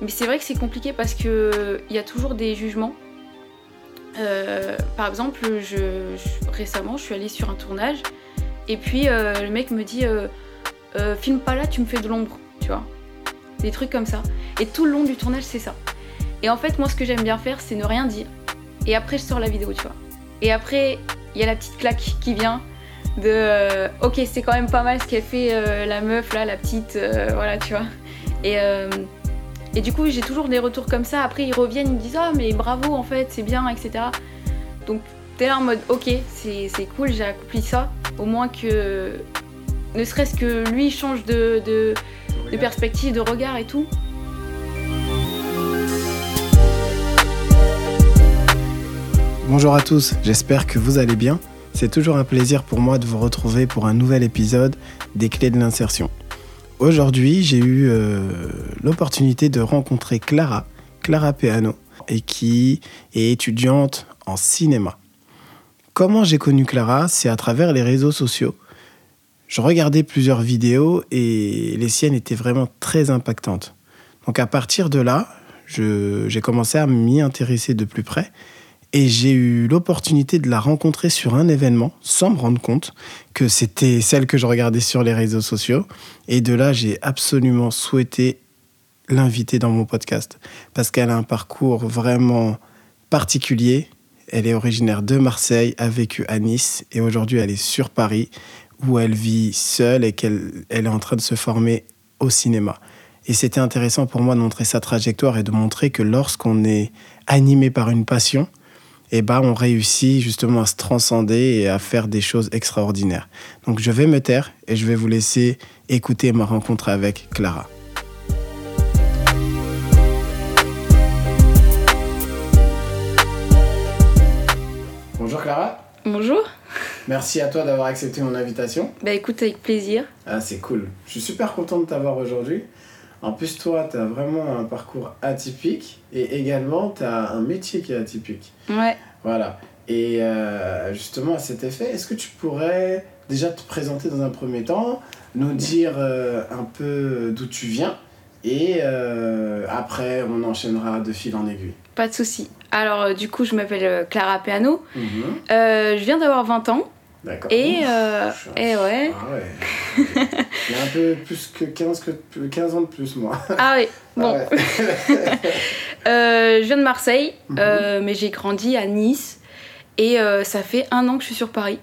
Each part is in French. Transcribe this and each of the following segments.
Mais c'est vrai que c'est compliqué parce que il y a toujours des jugements. Euh, par exemple, je, je- récemment, je suis allée sur un tournage et puis euh, le mec me dit euh, Euh, filme pas là, tu me fais de l'ombre, tu vois. Des trucs comme ça. Et tout le long du tournage, c'est ça. Et en fait, moi, ce que j'aime bien faire, c'est ne rien dire. Et après, je sors la vidéo, tu vois. Et après, il y a la petite claque qui vient de euh, ok, c'est quand même pas mal ce qu'elle fait euh, la meuf là, la petite, euh, voilà, tu vois. Et, euh, et du coup, j'ai toujours des retours comme ça. Après, ils reviennent, ils me disent ah, mais bravo, en fait, c'est bien, etc. Donc, t'es là en mode ok, c'est c'est cool, j'ai accompli ça. Au moins que ne serait-ce que lui change de, de, de perspective, de regard et tout. Bonjour à tous, j'espère que vous allez bien. C'est toujours un plaisir pour moi de vous retrouver pour un nouvel épisode des Clés de l'insertion. Aujourd'hui, j'ai eu euh, l'opportunité de rencontrer Clara, Clara Peano, et qui est étudiante en cinéma. Comment j'ai connu Clara C'est à travers les réseaux sociaux. Je regardais plusieurs vidéos et les siennes étaient vraiment très impactantes. Donc à partir de là, je- j'ai commencé à m'y intéresser de plus près et j'ai eu l'opportunité de la rencontrer sur un événement sans me rendre compte que c'était celle que je regardais sur les réseaux sociaux. Et de là, j'ai absolument souhaité l'inviter dans mon podcast parce qu'elle a un parcours vraiment particulier. Elle est originaire de Marseille, a vécu à Nice et aujourd'hui elle est sur Paris où elle vit seule et qu'elle elle est en train de se former au cinéma. Et c'était intéressant pour moi de montrer sa trajectoire et de montrer que lorsqu'on est animé par une passion, eh ben, on réussit justement à se transcender et à faire des choses extraordinaires. Donc je vais me taire et je vais vous laisser écouter ma rencontre avec Clara. Bonjour Clara, Bonjour. merci à toi d'avoir accepté mon invitation. Bah écoute, avec plaisir. Ah, c'est cool. Je suis super content de t'avoir aujourd'hui. En plus, toi, tu as vraiment un parcours atypique et également, tu as un métier qui est atypique. Ouais. Voilà. Et euh, justement, à cet effet, est-ce que tu pourrais déjà te présenter dans un premier temps, nous dire euh, un peu d'où tu viens et euh, après, on enchaînera de fil en aiguille. Pas de souci. Alors euh, du coup, je m'appelle euh, Clara Peano. Mhm. Euh, je viens d'avoir 20 ans D'accord. et euh, Ouf, je suis et ouais. un- Ah ouais. Il y a un peu plus que 15, que 15 ans de plus, moi. Ah ouais. Bon, Ah ouais. Euh, je viens de Marseille, Mhm. euh, mais j'ai grandi à Nice et euh, ça fait un an que je suis sur Paris.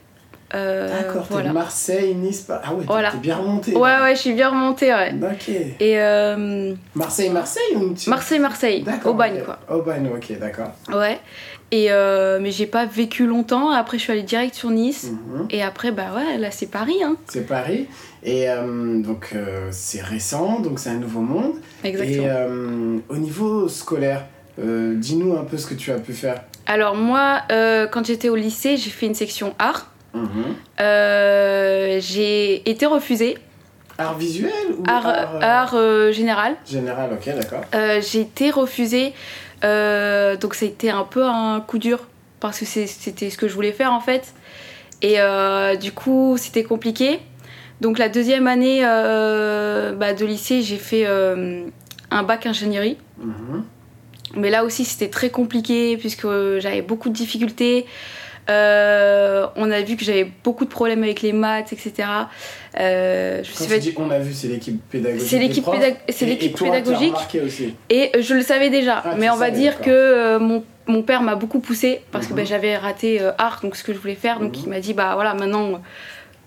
Euh, D'accord, t'es voilà. Marseille, Nice. pas- Ah ouais, t'es- Voilà. t'es bien remonté. Ouais ouais, je suis bien remontée ouais. Ok. Et euh, Marseille, Marseille ou tu- Marseille Marseille, D'accord, au bagne ok. quoi. Aubagne, ok, d'accord. Ouais. Et euh, mais j'ai pas vécu longtemps. Après je suis allée direct sur Nice. Mhm. Et après, bah ouais, là c'est Paris, hein. C'est Paris. Et euh, donc, euh, c'est récent, donc c'est un nouveau monde. Et Exactement. euh, au niveau scolaire, euh, dis-nous un peu ce que tu as pu faire. Alors moi, euh, quand j'étais au lycée, j'ai fait une section art. Mhm. Euh, j'ai été refusée, Art visuel ou art, art, euh, art, euh, général. général Ok, d'accord. Euh, j'ai été refusée, euh, donc ça a été un peu un coup dur, parce que c'est- c'était ce que je voulais faire en fait. Et euh, du coup, c'était compliqué. Donc la deuxième année euh, bah, de lycée, j'ai fait euh, un bac ingénierie. Mhm. Mais là aussi, c'était très compliqué puisque euh, j'avais beaucoup de difficultés. Euh, on a vu que j'avais beaucoup de problèmes avec les maths, etc. Euh, je me Quand suis tu fait- dis on a vu, c'est l'équipe pédagogique. C'est l'équipe, des profs. pédag- c'est Et- l'équipe et toi, t'as pédagogique remarqué aussi. et euh, je le savais déjà. Ah, tu mais on va savais, dire d'accord. que euh, mon, mon père m'a beaucoup poussé parce que Mhm. ben, j'avais raté euh, art, donc ce que je voulais faire. Donc Mhm. il m'a dit bah voilà maintenant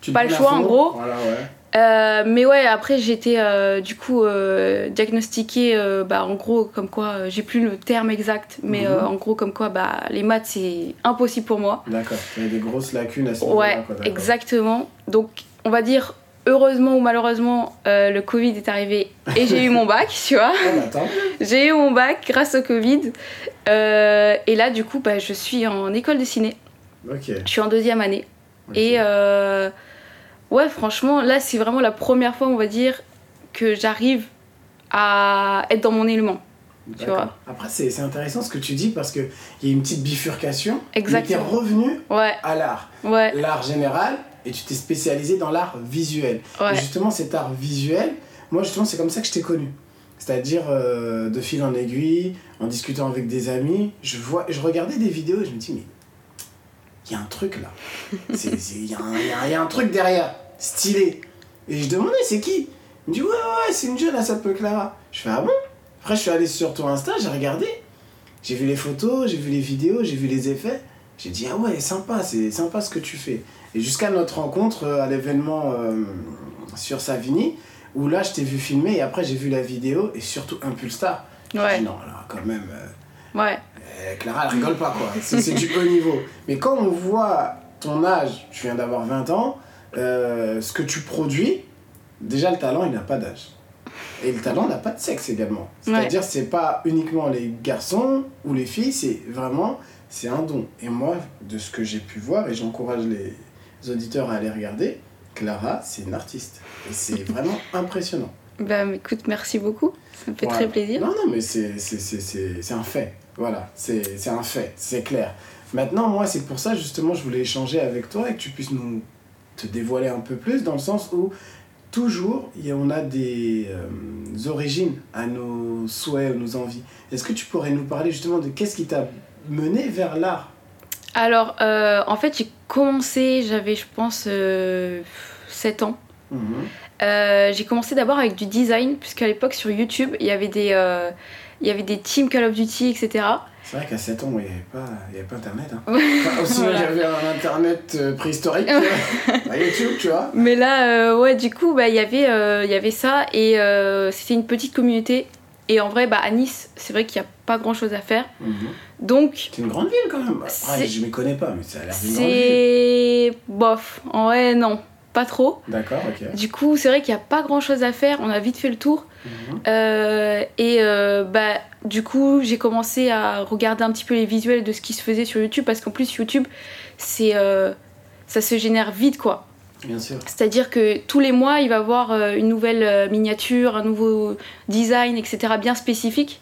Tu Pas le te donnes à choix, en fond. gros. Voilà, ouais. Euh, mais ouais, après j'étais euh, du coup euh, diagnostiquée, euh, bah, en gros comme quoi, euh, j'ai plus le terme exact, mais Mhm. euh, en gros comme quoi, bah, les maths c'est impossible pour moi. D'accord. Il y a des grosses lacunes à ce Ouais, niveau-là. quoi, d'accord. exactement. Donc on va dire heureusement ou malheureusement, euh, le Covid est arrivé et j'ai eu mon bac, tu vois. Ah, mais attends. J'ai eu mon bac grâce au Covid. Euh, et là du coup, bah, je suis en école de ciné. Ok. Je suis en deuxième année. ok. Et euh, ouais, franchement, là, c'est vraiment la première fois, on va dire, que j'arrive à être dans mon élément. tu D'accord. vois. Après, c'est c'est intéressant ce que tu dis parce qu'il y a une petite bifurcation. Exactement. Mais t'es revenu Ouais, à l'art. ouais, l'art général et tu t'es spécialisé dans l'art visuel. Et ouais. justement, cet art visuel, moi, justement, c'est comme ça que je t'ai connu. C'est-à-dire, euh, de fil en aiguille, en discutant avec des amis, je, vois, je regardais des vidéos et je me dis, mais il y a un truc là. Il y, a un- y a un- y a un truc derrière, stylé. Et je demandais, c'est qui Il me dit, ouais, ouais, ouais, c'est une jeune, elle s'appelle Clara. Je fais, ah bon Après, je suis allé sur ton Insta, j'ai regardé. J'ai vu les photos, j'ai vu les vidéos, j'ai vu les effets. J'ai dit, ah ouais, sympa, c'est sympa ce que tu fais. Et jusqu'à notre rencontre euh, à l'événement euh, sur Savigny, où là, je t'ai vu filmer et après, j'ai vu la vidéo et surtout Impulse Star. J'ai Ouais. dit, non, là, quand même. euh, Ouais. euh, Clara, elle rigole pas, quoi. C'est c'est du haut niveau. Mais quand on voit ton âge, tu viens d'avoir 20 ans, euh, ce que tu produis, déjà le talent, il n'a pas d'âge. Et le talent n'a pas de sexe également. C'est-à-dire, c'est pas uniquement les garçons ou les filles, c'est vraiment, c'est un don. Et moi, de ce que j'ai pu voir, et j'encourage les auditeurs à aller regarder, Clara, c'est une artiste. Et c'est vraiment impressionnant. Bah écoute, merci beaucoup. Ça me fait Voilà. très plaisir. Non, non, mais c'est c'est- c'est- c'est- c'est un fait. Voilà, c'est c'est un fait, c'est clair. Maintenant, moi, c'est pour ça, justement, je voulais échanger avec toi et que tu puisses nous te dévoiler un peu plus, dans le sens où, toujours, il y a- on a des euh, origines à nos souhaits, nos envies. Est-ce que tu pourrais nous parler, justement, de qu'est-ce qui t'a mené vers l'art Alors, euh, en fait, j'ai commencé, j'avais, je pense, euh, 7 ans. Mhm. Euh, j'ai commencé d'abord avec du design, puisqu'à l'époque, sur YouTube, il y avait des. euh, il y avait des teams Call of Duty, etc. C'est vrai qu'à 7 ans, il n'y avait, pas- il y avait pas Internet. Hein. Ouais. Enfin, aussi, Voilà. il y avait un Internet euh, préhistorique, à YouTube, tu vois. Mais là, euh, ouais, du coup, bah, il y avait, euh, il y avait ça et euh, c'était une petite communauté. Et en vrai, bah, à Nice, c'est vrai qu'il n'y a pas grand chose à faire. Mhm. Donc, C'est une grande ville quand même. Après, C'est- je m'y connais pas, mais ça a l'air d'une grande ville. c'est. bof. En vrai, non, pas trop. D'accord, ok. Du coup, c'est vrai qu'il n'y a pas grand chose à faire. On a vite fait le tour. Mhm. Euh, et euh, bah, du coup, j'ai commencé à regarder un petit peu les visuels de ce qui se faisait sur YouTube parce qu'en plus, YouTube, c'est. euh, ça se génère vite quoi. Bien sûr. C'est-à-dire que tous les mois, il va avoir euh, une nouvelle euh, miniature, un nouveau design, etc., bien spécifique.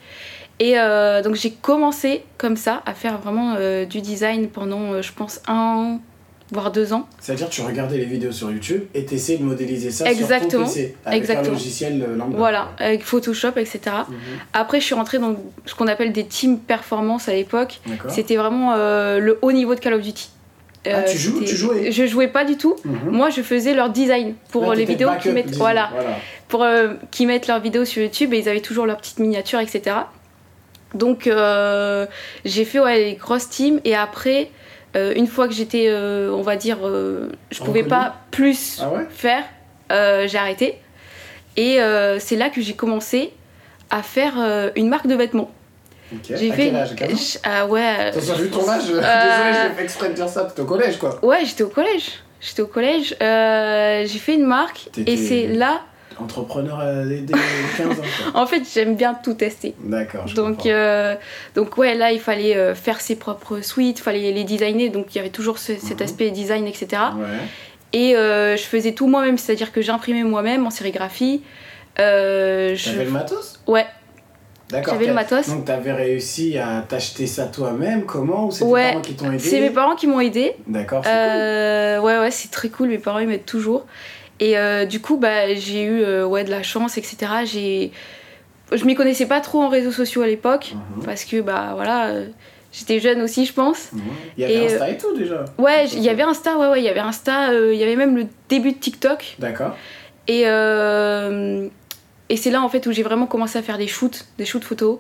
Et euh, donc j'ai commencé comme ça à faire vraiment euh, du design pendant, euh, je pense, un voire deux ans. C'est-à-dire, tu regardais les vidéos sur YouTube et t'essayais de modéliser ça sur ton Exactement. PC avec un Exactement. logiciel euh, lambda. Voilà, avec Photoshop, etc. Mhm. Après, je suis rentrée dans ce qu'on appelle des teams performance à l'époque. D'accord. C'était vraiment euh, le haut niveau de Call of Duty. Euh, Ah, tu joues- c'était- tu jouais Je jouais pas du tout. Mhm. Moi, je faisais leur design pour Là, les t'étais vidéos backup, qu'ils mettent. disons. Voilà. pour euh, qu'ils mettent leurs vidéos sur YouTube et ils avaient toujours leurs petites miniatures, etc. Donc euh, j'ai fait ouais, les grosses teams et après, euh, une fois que j'étais, euh, on va dire, euh, je pouvais Reconnu. pas plus Ah ouais faire, euh, j'ai arrêté. Et euh, c'est là que j'ai commencé à faire euh, une marque de vêtements. Ok. J'ai à fait quel une- âge 15 ans j- Ah ouais. Attention, j'ai vu ton âge. Euh, Désolé, j'ai fait exprès de dire ça. T'es au collège, quoi. Ouais, j'étais au collège. J'étais au collège. Euh, j'ai fait une marque T'étais- et c'est là. Entrepreneur euh, dès dès 15 ans, quoi. En fait, j'aime bien tout tester. D'accord, Ah, je Donc, comprends. euh, donc ouais, là, il fallait euh, faire ses propres suites, il fallait les designer, donc il y avait toujours ce- cet Mhm. aspect design, etc. Ouais. Et euh, je faisais tout moi-même, c'est-à-dire que j'imprimais moi-même en sérigraphie. Euh, je- T'avais le matos Ouais, D'accord. j'avais le t'as- matos. Donc, t'avais réussi à t'acheter ça toi-même. Comment Ou c'est Ouais, tes parents qui t'ont aidé C'est mes parents qui m'ont aidé. D'accord, Ah, c'est cool. Euh, ouais, ouais, c'est très cool, mes parents ils m'aident toujours. Et euh, du coup, bah, j'ai eu euh, ouais, de la chance, etc. J'ai... Je m'y connaissais pas trop en réseaux sociaux à l'époque, Mhm. parce que bah voilà, euh, j'étais jeune aussi, je pense. Il y avait Et, euh, Insta et tout déjà. Ouais, j- il y avait Insta, ouais, ouais, il y avait Insta, euh, il y avait même le début de TikTok. D'accord. Et, euh, et c'est là en fait où j'ai vraiment commencé à faire des shoots, des shoots photos,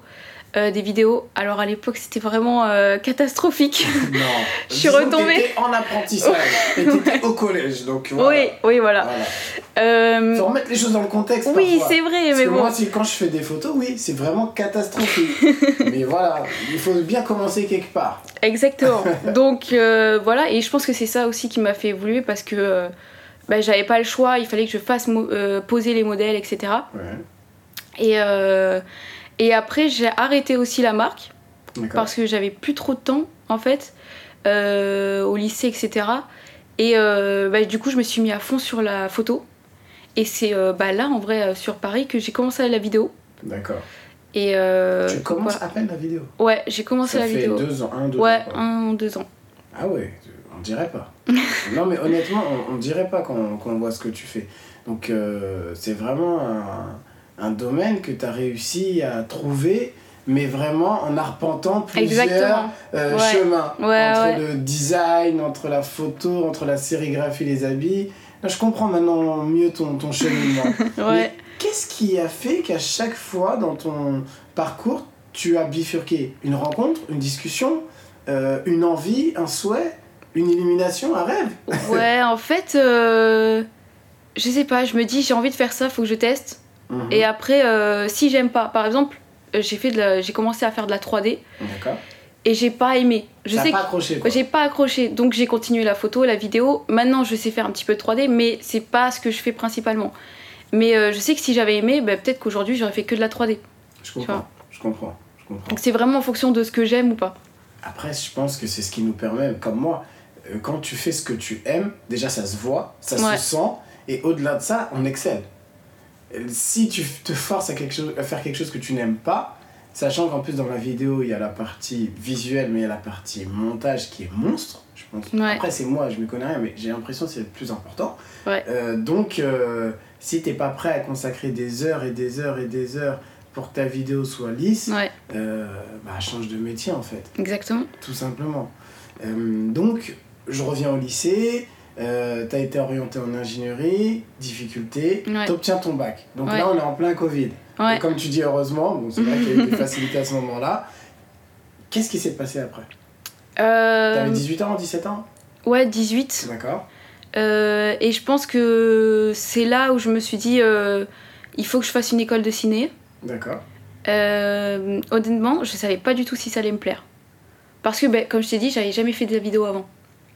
euh, des vidéos. Alors à l'époque c'était vraiment euh, catastrophique. Non. Je suis Disons que retombée. T'étais en apprentissage. et t'étais au collège, donc voilà. Oui, oui, voilà. Voilà. Euh, Faut remettre les choses dans le contexte. oui, parfois. c'est vrai, Parce mais que bon. moi, si, quand je fais des photos, oui, c'est vraiment catastrophique. mais voilà, il faut bien commencer quelque part. Exactement. Donc euh, voilà, et je pense que c'est ça aussi qui m'a fait évoluer parce que euh, bah, j'avais pas le choix, il fallait que je fasse mo- euh, poser les modèles, etc. Ouais. Et, euh, et après j'ai arrêté aussi la marque. D'accord. parce que j'avais plus trop de temps en fait euh, au lycée etc et euh, bah, du coup je me suis mis à fond sur la photo et c'est euh, bah, là en vrai euh, sur Paris que j'ai commencé la vidéo D'accord. et euh, tu commences à peine la vidéo. voilà. ouais j'ai commencé Ça la fait vidéo deux ans, un, deux ouais ans. quoi. un deux ans Ah ouais, on dirait pas. non mais honnêtement, on, on dirait pas quand, quand on voit ce que tu fais. Donc euh, c'est vraiment un, un domaine que tu as réussi à trouver, mais vraiment en arpentant plusieurs Exactement. euh, Ouais. chemins. Ouais, entre ouais. le design, entre la photo, entre la sérigraphie, les habits. Là, je comprends maintenant mieux ton, ton cheminement. Ouais. Qu'est-ce qui a fait qu'à chaque fois dans ton parcours, tu as bifurqué Une rencontre, une discussion, euh, une envie, un souhait, une illumination, un rêve ouais, en fait, euh, je sais pas, je me dis j'ai envie de faire ça, faut que je teste. Mhm. Et après, euh, si j'aime pas, par exemple, euh, j'ai fait de la- j'ai commencé à faire de la 3D D'accord. et j'ai pas aimé. Je T'as sais pas accroché, que quoi. j'ai pas accroché, donc j'ai continué la photo, la vidéo. Maintenant, je sais faire un petit peu de 3D, mais c'est pas ce que je fais principalement. Mais euh, je sais que si j'avais aimé, bah, peut-être qu'aujourd'hui j'aurais fait que de la 3D. Je tu comprends. vois. Je comprends. Je comprends. Donc c'est vraiment en fonction de ce que j'aime ou pas. Après, je pense que c'est ce qui nous permet, comme moi, euh, quand tu fais ce que tu aimes, déjà ça se voit, ça Ouais. se sent, et au-delà de ça, on excelle. Euh, Si tu f- te forces à, quelque chose, à faire quelque chose que tu n'aimes pas, sachant qu'en plus dans la vidéo, il y a la partie visuelle, mais il y a la partie montage qui est monstre, je pense. Ouais. Après, c'est moi, je m'y connais rien, mais j'ai l'impression que c'est le plus important. Ouais. Euh, donc, euh, si t'es pas prêt à consacrer des heures et des heures et des heures pour que ta vidéo soit lisse, Ouais, euh, bah, change de métier en fait exactement. tout simplement. Euh, donc, je reviens au lycée, euh, tu as été orienté en ingénierie, difficulté, Ouais. tu obtiens ton bac. Donc Ouais. là, on est en plein Covid. Et Ouais. comme tu dis, heureusement, bon, c'est vrai qu'il y a eu des facilités à ce moment-là. Qu'est-ce qui s'est passé après Euh, T'avais 18 ans, 17 ans ouais, 18. D'accord. Euh, et je pense que c'est là où je me suis dit, euh, il faut que je fasse une école de ciné. D'accord. Euh, honnêtement, je savais pas du tout si ça allait me plaire. Parce que, ben, comme je t'ai dit, j'avais jamais fait de la vidéo avant.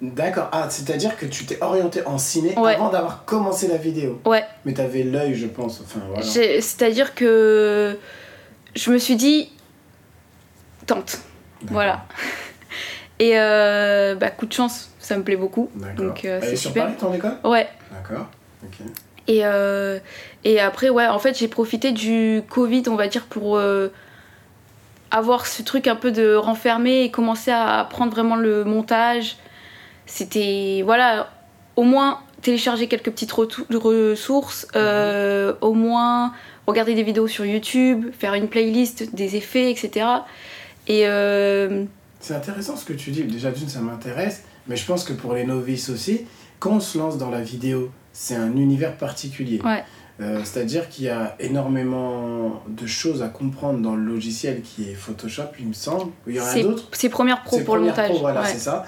D'accord. Ah, c'est-à-dire que tu t'es orienté en ciné Ouais. avant d'avoir commencé la vidéo. Ouais. Mais t'avais l'œil, je pense. Enfin, voilà. J'ai- C'est-à-dire que je me suis dit, tente, D'accord. voilà. Et euh, bah, coup de chance, ça me plaît beaucoup. D'accord. Donc, euh, Elle c'est est sur super. Paris, ton école Ouais. D'accord. Ok. Et, euh, et après, ouais, en fait, j'ai profité du Covid, on va dire, pour euh, avoir ce truc un peu de renfermer et commencer à apprendre vraiment le montage. C'était, voilà, au moins télécharger quelques petites retou- ressources, euh, au moins regarder des vidéos sur YouTube, faire une playlist, des effets, etc. Et euh, C'est intéressant ce que tu dis. Déjà, d'une, ça m'intéresse, mais je pense que pour les novices aussi, quand on se lance dans la vidéo, c'est un univers particulier. Ouais. Euh, C'est-à-dire qu'il y a énormément de choses à comprendre dans le logiciel qui est Photoshop, il me semble. Il y en a c'est d'autres. c'est première pro C'est pour le Premiere montage. Pro, voilà, Ouais. c'est ça.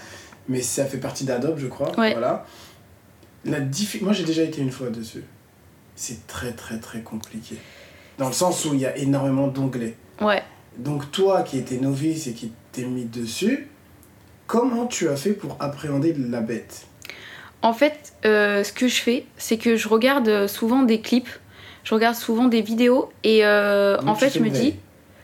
Mais ça fait partie d'Adobe, je crois. Ouais. Voilà. La diffi- Moi, j'ai déjà été une fois dessus. C'est très, très, très compliqué. Dans le sens où il y a énormément d'onglets. ouais. Donc toi qui étais novice et qui t'es mis dessus, comment tu as fait pour appréhender la bête En fait, euh, ce que je fais, c'est que je regarde euh, souvent des clips, je regarde souvent des vidéos, et euh, Donc, en tu fait, fais je me une dis, veille.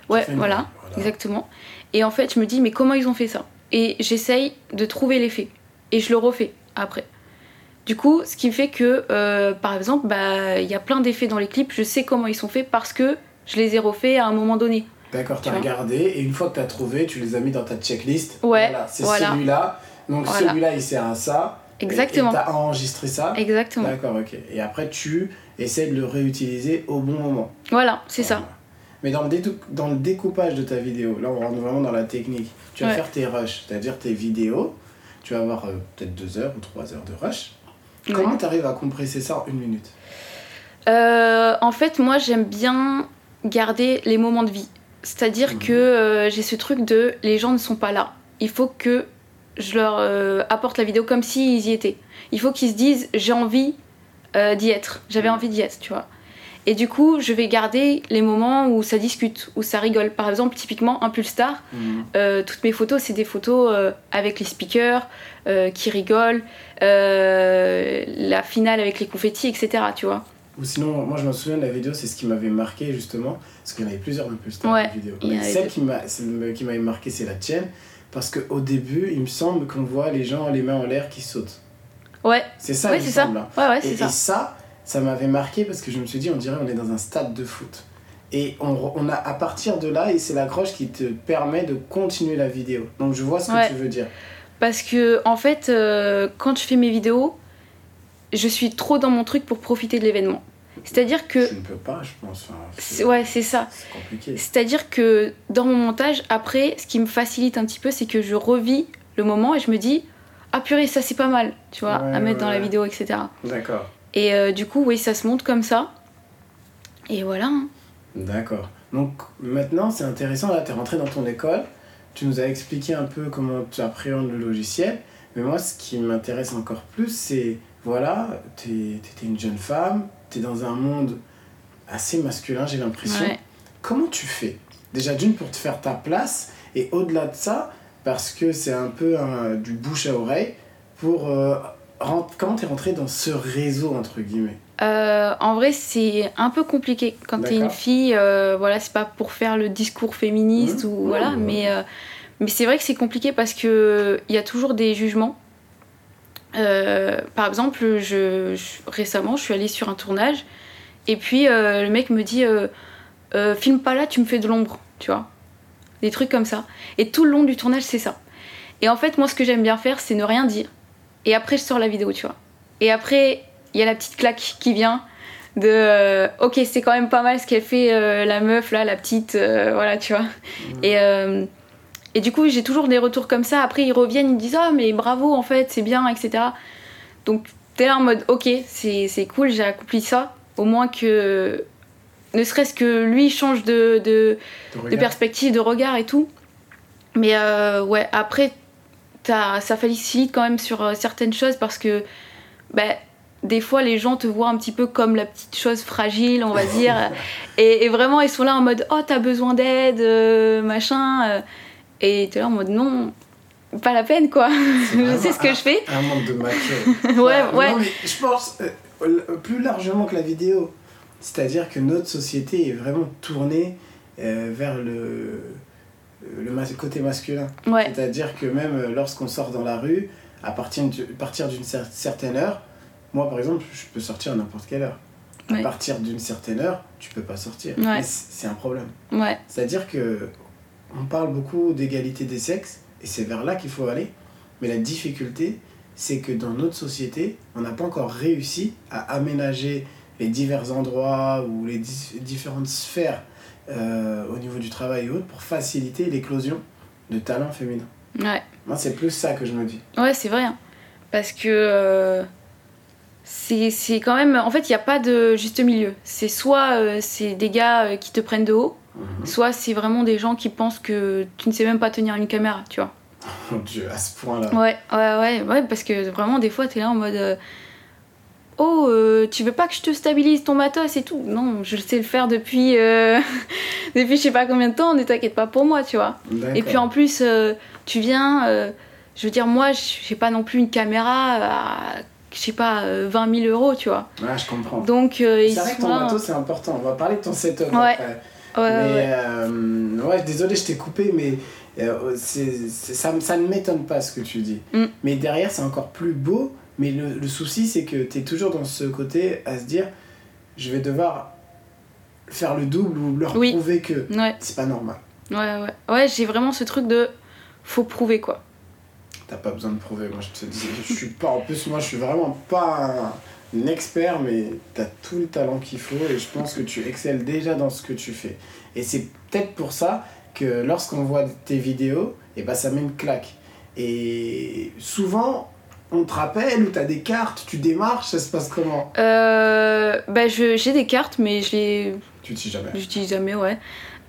Tu ouais, fais une voilà, veille, exactement. Et en fait, je me dis, mais comment ils ont fait ça Et j'essaye de trouver l'effet, et je le refais après. Du coup, ce qui fait que, euh, par exemple, bah, il y a plein d'effets dans les clips, je sais comment ils sont faits parce que je les ai refaits à un moment donné. D'accord, t'as Tu vois. regardé et une fois que t'as trouvé, tu les as mis dans ta checklist. Ouais, Voilà, c'est voilà. celui-là. Donc Voilà. celui-là, il sert à ça. Et- Et Exactement, t'as enregistré ça. exactement. D'accord, ok. Et après, tu essaies de le réutiliser au bon moment. Voilà, c'est ça. Voilà. Mais dans le, dédou- dans le découpage de ta vidéo, là on rentre vraiment dans la technique. Tu vas Ouais. faire tes rushs, c'est-à-dire tes vidéos. Tu vas avoir euh, peut-être deux heures ou trois heures de rush. Ouais. Comment tu arrives à compresser ça en une minute Euh, en fait, moi, j'aime bien garder les moments de vie. C'est-à-dire Mhm. que euh, j'ai ce truc de les gens ne sont pas là. Il faut que je leur euh, apporte la vidéo comme s'ils y étaient. Il faut qu'ils se disent j'ai envie euh, d'y être. J'avais Mhm. envie d'y être, tu vois. Et du coup, je vais garder les moments où ça discute, où ça rigole. Par exemple, typiquement, Impulse Star, euh, toutes mes photos, c'est des photos euh, avec les speakers euh, qui rigolent, euh, la finale avec les confettis, etc. Tu vois. Ou sinon, moi je me souviens de la vidéo, c'est ce qui m'avait marqué justement, parce qu'il y en avait plusieurs hein, de plus dans Ouais, la vidéo. il y en Mais avait celle deux. qui m'a- celle qui m'avait marqué, c'est la tienne, parce qu'au début, il me semble qu'on voit les gens les mains en l'air qui sautent. Ouais, C'est ça, ouais, il c'est me ça. semble. hein. Ouais, ouais, Et Ah, c'est et ça. ça, ça, m'avait marqué parce que je me suis dit, on dirait on est dans un stade de foot. Et on, re- on a à partir de là, et c'est l'accroche qui te permet de continuer la vidéo. Donc je vois ce que Ouais. tu veux dire. Parce que, en fait, euh, quand je fais mes vidéos, je suis trop dans mon truc pour profiter de l'événement. C'est-à-dire que. Tu ne peux pas, je pense. Enfin, c'est- Ouais, c'est ça. c'est compliqué. C'est-à-dire que dans mon montage, après, ce qui me facilite un petit peu, c'est que je revis le moment et je me dis Ah purée, ça c'est pas mal, tu vois, Ouais, à mettre ouais, dans la ouais. vidéo, etc. D'accord. Et euh, du coup, oui, ça se monte comme ça. Et voilà. hein. D'accord. Donc maintenant, c'est intéressant, là, tu es rentré dans ton école, tu nous as expliqué un peu comment tu appréhendes le logiciel, mais moi, ce qui m'intéresse encore plus, c'est, voilà, tu étais une jeune femme, tu es dans un monde assez masculin, j'ai l'impression. Ouais. Comment tu fais Déjà, d'une, pour te faire ta place, et au-delà de ça, parce que c'est un peu hein, du bouche à oreille, pour... euh, rent- Comment t'es rentré dans ce réseau entre guillemets Euh, en vrai, c'est un peu compliqué quand t'es une D'accord. fille. euh, voilà, c'est pas pour faire le discours féministe Mmh. ou Ouais, voilà, ouais. mais euh, mais c'est vrai que c'est compliqué parce que il y a toujours des jugements. Euh, par exemple, je, je- récemment, je suis allée sur un tournage et puis euh, le mec me dit euh, Euh, filme pas là, tu me fais de l'ombre, tu vois, des trucs comme ça. Et tout le long du tournage, c'est ça. Et en fait, moi, ce que j'aime bien faire, c'est ne rien dire. Et après, je sors la vidéo, tu vois. Et après, il y a la petite claque qui vient de euh, ok c'est quand même pas mal ce qu'elle fait euh, la meuf là la petite euh, voilà tu vois et euh, et du coup j'ai toujours des retours comme ça après ils reviennent ils me disent ah mais bravo en fait c'est bien etc donc t'es là en mode ok c'est c'est cool j'ai accompli ça au moins que ne serait-ce que lui change de, de, de perspective, de regard et tout. Mais euh, ouais, après, t'as- ça facilite quand même sur euh, certaines choses parce que bah, des fois, les gens te voient un petit peu comme la petite chose fragile, on va dire. et, et vraiment, ils sont là en mode Oh, t'as besoin d'aide, euh, machin. euh. Et t'es là en mode Non, pas la peine quoi. Je sais ce que je fais. Un manque de maquillage. Ouais, Ah, ouais. Non, mais je pense euh, l- plus largement que la vidéo. C'est-à-dire que notre société est vraiment tournée euh, vers le, le mas- côté masculin. Ouais, C'est-à-dire que même euh, lorsqu'on sort dans la rue, à partir du- à partir d'une cer- certaine heure, moi par exemple, je peux sortir à n'importe quelle heure. Ouais. À partir d'une certaine heure, tu peux pas sortir. Ouais. Mais c- C'est un problème. ouais, C'est-à-dire que on parle beaucoup d'égalité des sexes et c'est vers là qu'il faut aller. Mais la difficulté, c'est que dans notre société, on n'a pas encore réussi à aménager les divers endroits ou les dis- différentes sphères euh, au niveau du travail et autres pour faciliter l'éclosion de talents féminins. ouais. Moi, c'est plus ça que je me dis. Ouais, c'est vrai. hein. Parce que euh, c'est c'est quand même. En fait, il n'y a pas de juste milieu. C'est soit euh, c'est des gars euh, qui te prennent de haut, soit c'est vraiment des gens qui pensent que tu ne sais même pas tenir une caméra, tu vois. Mon Dieu, à ce point-là. Ouais, ouais, ouais, ouais, parce que vraiment, des fois, t'es là en mode. euh, Oh, euh, tu veux pas que je te stabilise ton matos et tout Non, je sais le faire depuis, euh, depuis je sais pas combien de temps, ne t'inquiète pas pour moi, tu vois. Et puis en plus, euh, tu viens, euh, je veux dire, moi, je- j'ai pas non plus une caméra à, je sais pas, euh, 20 000 euros, tu vois. Ouais, je comprends. Donc, euh, ils C'est vrai que sont ton là. matos, c'est important. On va parler de ton setup Ouais. après. Ouais, ouais, mais ouais. euh, ouais, désolé, je t'ai coupé, mais euh, c'est- c'est- ça, me- ça ne m'étonne pas ce que tu dis. Mm. Mais derrière, c'est encore plus beau. Mais le, le souci, c'est que tu es toujours dans ce côté à se dire je vais devoir faire le double ou leur Oui. prouver que Ouais, c'est pas normal. ouais, ouais. Ouais, j'ai vraiment ce truc de faut prouver quoi. T'as pas besoin de prouver, moi je te dis. Je suis pas, en plus, moi je suis vraiment pas un, un expert, mais t'as tout le talent qu'il faut et je pense que tu excelles déjà dans ce que tu fais. Et c'est peut-être pour ça que lorsqu'on voit tes vidéos, et bah ça met une claque. Et souvent, on te rappelle ou t'as des cartes, tu démarches, ça se passe comment Euh, bah, je- j'ai des cartes, mais je les Tu te dis jamais. j'utilise jamais, ouais.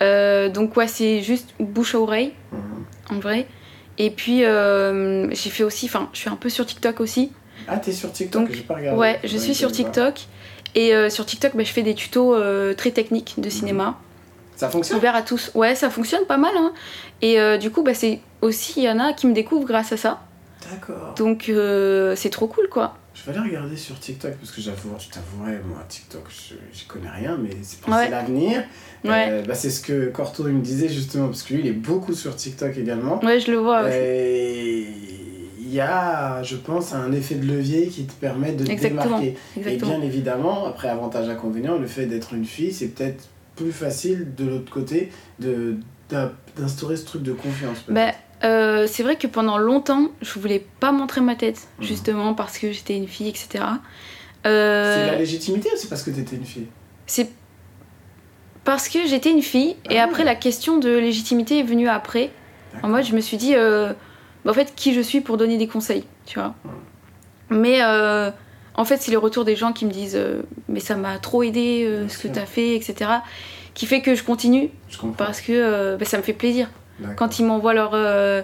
Euh, donc, ouais, c'est juste bouche à oreille, Mhm. en vrai. Et puis, euh, j'ai fait aussi, enfin, je suis un peu sur TikTok aussi. Ah, t'es sur TikTok, Donc, j'ai pas regardé. Ouais, je suis sur connais pas. TikTok. Et euh, sur TikTok, bah, je fais des tutos euh, très techniques de cinéma, Ça fonctionne ouverts à tous. Ouais, ça fonctionne pas mal. hein. Et euh, du coup, bah, c'est aussi, il y en a qui me découvrent grâce à ça. D'accord. Donc, euh, c'est trop cool, quoi. Je vais aller regarder sur TikTok parce que j'avoue, je t'avouerai, moi, TikTok, je- j'y connais rien, mais c'est pour Ouais. c'est l'avenir. Ouais, Euh, bah, c'est ce que Corto il me disait justement, parce que lui, il est beaucoup sur TikTok également. ouais je le vois. ouais. Et il y a, je pense, un effet de levier qui te permet de te Exactement, démarquer. Exactement. Et bien évidemment, après avantage inconvénient, le fait d'être une fille, c'est peut-être plus facile de l'autre côté de d'in- d'instaurer ce truc de confiance. peut-être. Bah, euh, c'est vrai que pendant longtemps, je voulais pas montrer ma tête, Mhm. justement, parce que j'étais une fille, etc. Euh, C'est de la légitimité ou c'est parce que t'étais une fille C'est parce que j'étais une fille et Ah. après la question de légitimité est venue après. En D'accord. mode, je me suis dit, euh, bah, en fait, qui je suis pour donner des conseils, tu vois. Mais euh, en fait, c'est les retours des gens qui me disent, euh, mais ça m'a trop aidé euh, Bien ce que sûr. t'as fait, etc. Qui fait que je continue Je comprends. parce que euh, bah, ça me fait plaisir. D'accord. Quand ils m'envoient leurs euh,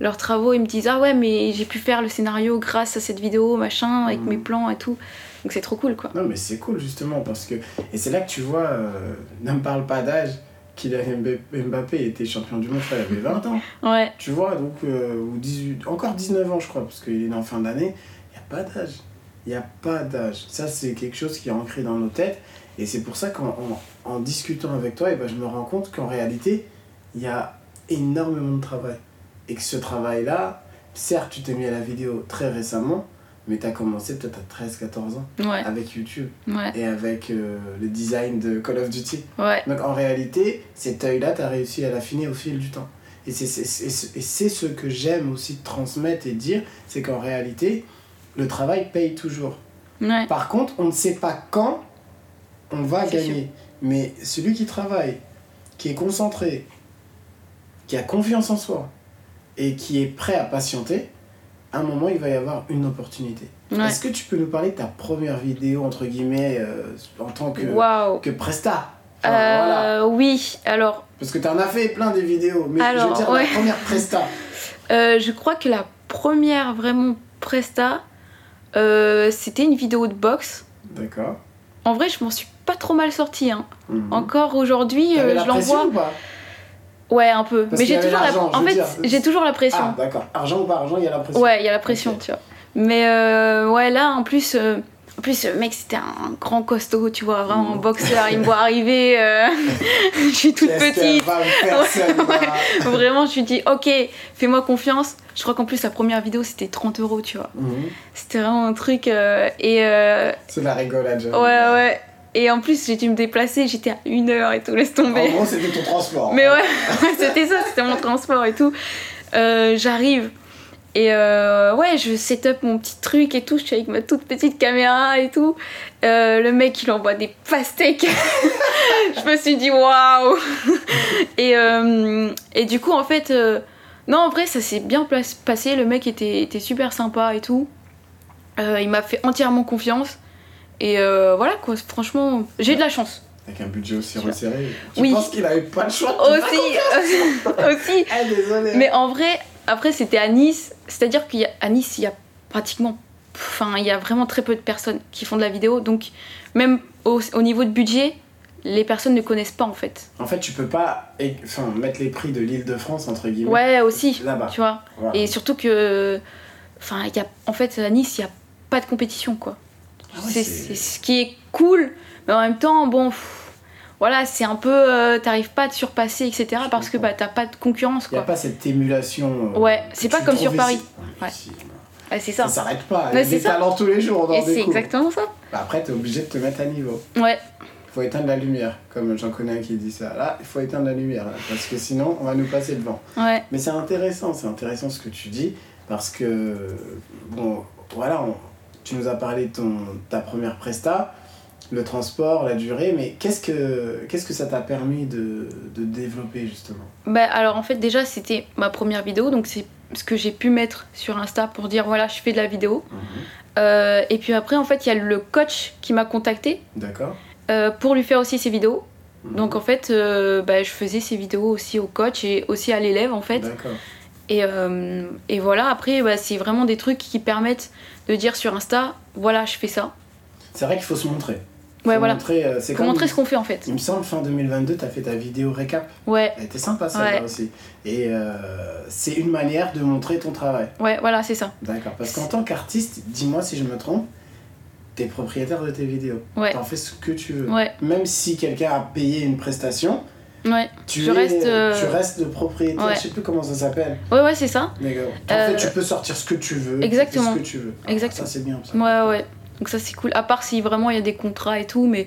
leurs travaux, ils me disent, ah ouais, mais j'ai pu faire le scénario grâce à cette vidéo, machin, avec Mhm. mes plans et tout. Donc c'est trop cool, quoi. Non, mais c'est cool justement parce que. Et c'est là que tu vois, euh, ne me parle pas d'âge, Kylian Mbappé- Mbappé était champion du monde, je crois, il avait 20 ans. Ouais, Tu vois, donc, euh, ou 18, encore 19 ans, je crois, parce qu'il est né en fin d'année. Il n'y a pas d'âge. Il n'y a pas d'âge. Ça, c'est quelque chose qui est ancré dans nos têtes. Et c'est pour ça qu'en en, en discutant avec toi, eh ben, je me rends compte qu'en réalité, il y a énormément de travail. Et que ce travail-là, certes, tu t'es mis à la vidéo très récemment, mais tu as commencé peut-être à 13-14 ans ouais, avec YouTube ouais, et avec euh, le design de Call of Duty. ouais. Donc en réalité, cet œil-là, tu as réussi à l'affiner au fil du temps. Et c'est- c'est c'est- et c'est ce que j'aime aussi transmettre et dire, c'est qu'en réalité, le travail paye toujours. ouais. Par contre, on ne sait pas quand on va C'est gagner. Mais celui qui travaille, qui est concentré, qui a confiance en soi et qui est prêt à patienter, à un moment, il va y avoir une opportunité. ouais. Est-ce que tu peux nous parler de ta première vidéo, entre guillemets, euh, en tant que, Waouh. que presta Enfin, Euh, voilà. Oui, alors Parce que t'en as fait plein des vidéos, mais je veux Alors, dire ouais. la première presta. euh, je crois que la première vraiment presta, euh, c'était une vidéo de boxe. D'accord. En vrai, je m'en suis pas trop mal sortie. hein. Mhm. Encore aujourd'hui, T'avais euh, la je l'envoie. pression ou pas Ouais, un peu. Parce Mais qu'il y j'ai avait toujours la. l'argent, je En veux fait, dire. j'ai toujours la pression. Ah, d'accord. Argent ou pas argent, il y a la pression. Ouais, il y a la pression, Ok. tu vois. Mais euh, ouais, là, en plus, euh, en plus, le mec, c'était un grand costaud, tu vois, vraiment un Mm. boxeur. Il me voit arriver, euh, je suis toute Qu'est-ce petite. qu'elle va me faire, Ouais, celle-là Vraiment, je lui dis, ok, fais-moi confiance. Je crois qu'en plus, la première vidéo, c'était 30 euros, tu vois. Mhm. C'était vraiment un truc. euh, et euh, C'est de la rigolade, j'avoue. ouais, ouais. Et en plus, j'ai dû me déplacer, j'étais à une heure et tout, laisse tomber. En gros, c'était ton transport. hein. Mais ouais, c'était ça, c'était mon transport et tout. Euh, J'arrive. Et euh, ouais, je set up mon petit truc et tout. Je suis avec ma toute petite caméra et tout. Euh, le mec, il envoie des pastèques. je me suis dit waouh! et, euh, et du coup, en fait, euh, non, en vrai, ça s'est bien place- passé. Le mec était, était super sympa et tout. Euh, il m'a fait entièrement confiance. Et euh, voilà quoi, franchement, j'ai de la chance. Avec un budget aussi Tu vois. resserré. Je Oui. pense qu'il avait pas le choix. de- Aussi, aussi, Ah, désolé. mais en vrai, après, c'était à Nice. C'est-à-dire qu'à Nice, il y a pratiquement. Enfin, il y a vraiment très peu de personnes qui font de la vidéo. Donc, même au, au niveau de budget, les personnes ne connaissent pas en fait. En fait, tu peux pas eh, enfin, mettre les prix de l'île de France, entre guillemets, Ouais, aussi. là-bas. Tu vois. Voilà. Et surtout que. Enfin, il y a, en fait, à Nice, il n'y a pas de compétition quoi. Ah ouais, c'est c'est ce qui est cool. Mais en même temps, bon. pff, voilà, c'est un peu. euh, T'arrives pas à te surpasser, etc. Je Parce que comprends. bah, t'as pas de concurrence Il n'y a quoi. pas cette émulation. euh, Ouais, que c'est tu pas comme trouves sur Paris. ici. Ouais. Ici, Ouais, c'est ça. Ça s'arrête pas. Ouais, Il y a des c'est ça. talents tous les jours. On en Et c'est découvre. exactement ça. Bah après, t'es obligé de te mettre à niveau. Ouais, Faut éteindre la lumière, comme j'en connais un qui dit ça. Là, il faut éteindre la lumière, là, parce que sinon, on va nous passer devant. ouais, Mais c'est intéressant, c'est intéressant ce que tu dis, parce que, bon, voilà, on- tu nous as parlé de ton, ta première presta, le transport, la durée, mais qu'est-ce que, qu'est-ce que ça t'a permis de, de développer, justement Bah alors en fait déjà c'était ma première vidéo donc c'est ce que j'ai pu mettre sur Insta pour dire voilà je fais de la vidéo. Euh, et puis après en fait il y a le coach qui m'a contacté D'accord euh, pour lui faire aussi ses vidéos. Mhm. Donc en fait euh, bah, je faisais ces vidéos aussi au coach et aussi à l'élève en fait. D'accord. Et, euh, et voilà après bah, c'est vraiment des trucs qui permettent de dire sur Insta voilà je fais ça. C'est vrai qu'il faut se montrer. Ouais Faut voilà. Montrer, euh, c'est Faut comme- montrer ce qu'on fait en fait. Il me semble, fin 2022, t'as fait ta vidéo récap. Ouais, Elle était sympa celle-là Ouais. aussi. Et euh, c'est une manière de montrer ton travail. ouais voilà c'est ça. D'accord. Parce qu'en tant qu'artiste, dis-moi si je me trompe, t'es propriétaire de tes vidéos. Ouais. T'en fais ce que tu veux. Ouais, Même si quelqu'un a payé une prestation, ouais, tu, Je es- reste, euh, tu restes le propriétaire. ouais. Je sais plus comment ça s'appelle. ouais ouais c'est ça. D'accord. En Euh, fait, tu peux sortir ce que tu veux. exactement. Tu fais ce que tu veux. Ah, Exactement. Ça, c'est bien. ça. Ouais, ouais. Donc ça, c'est cool. À part si vraiment il y a des contrats et tout, mais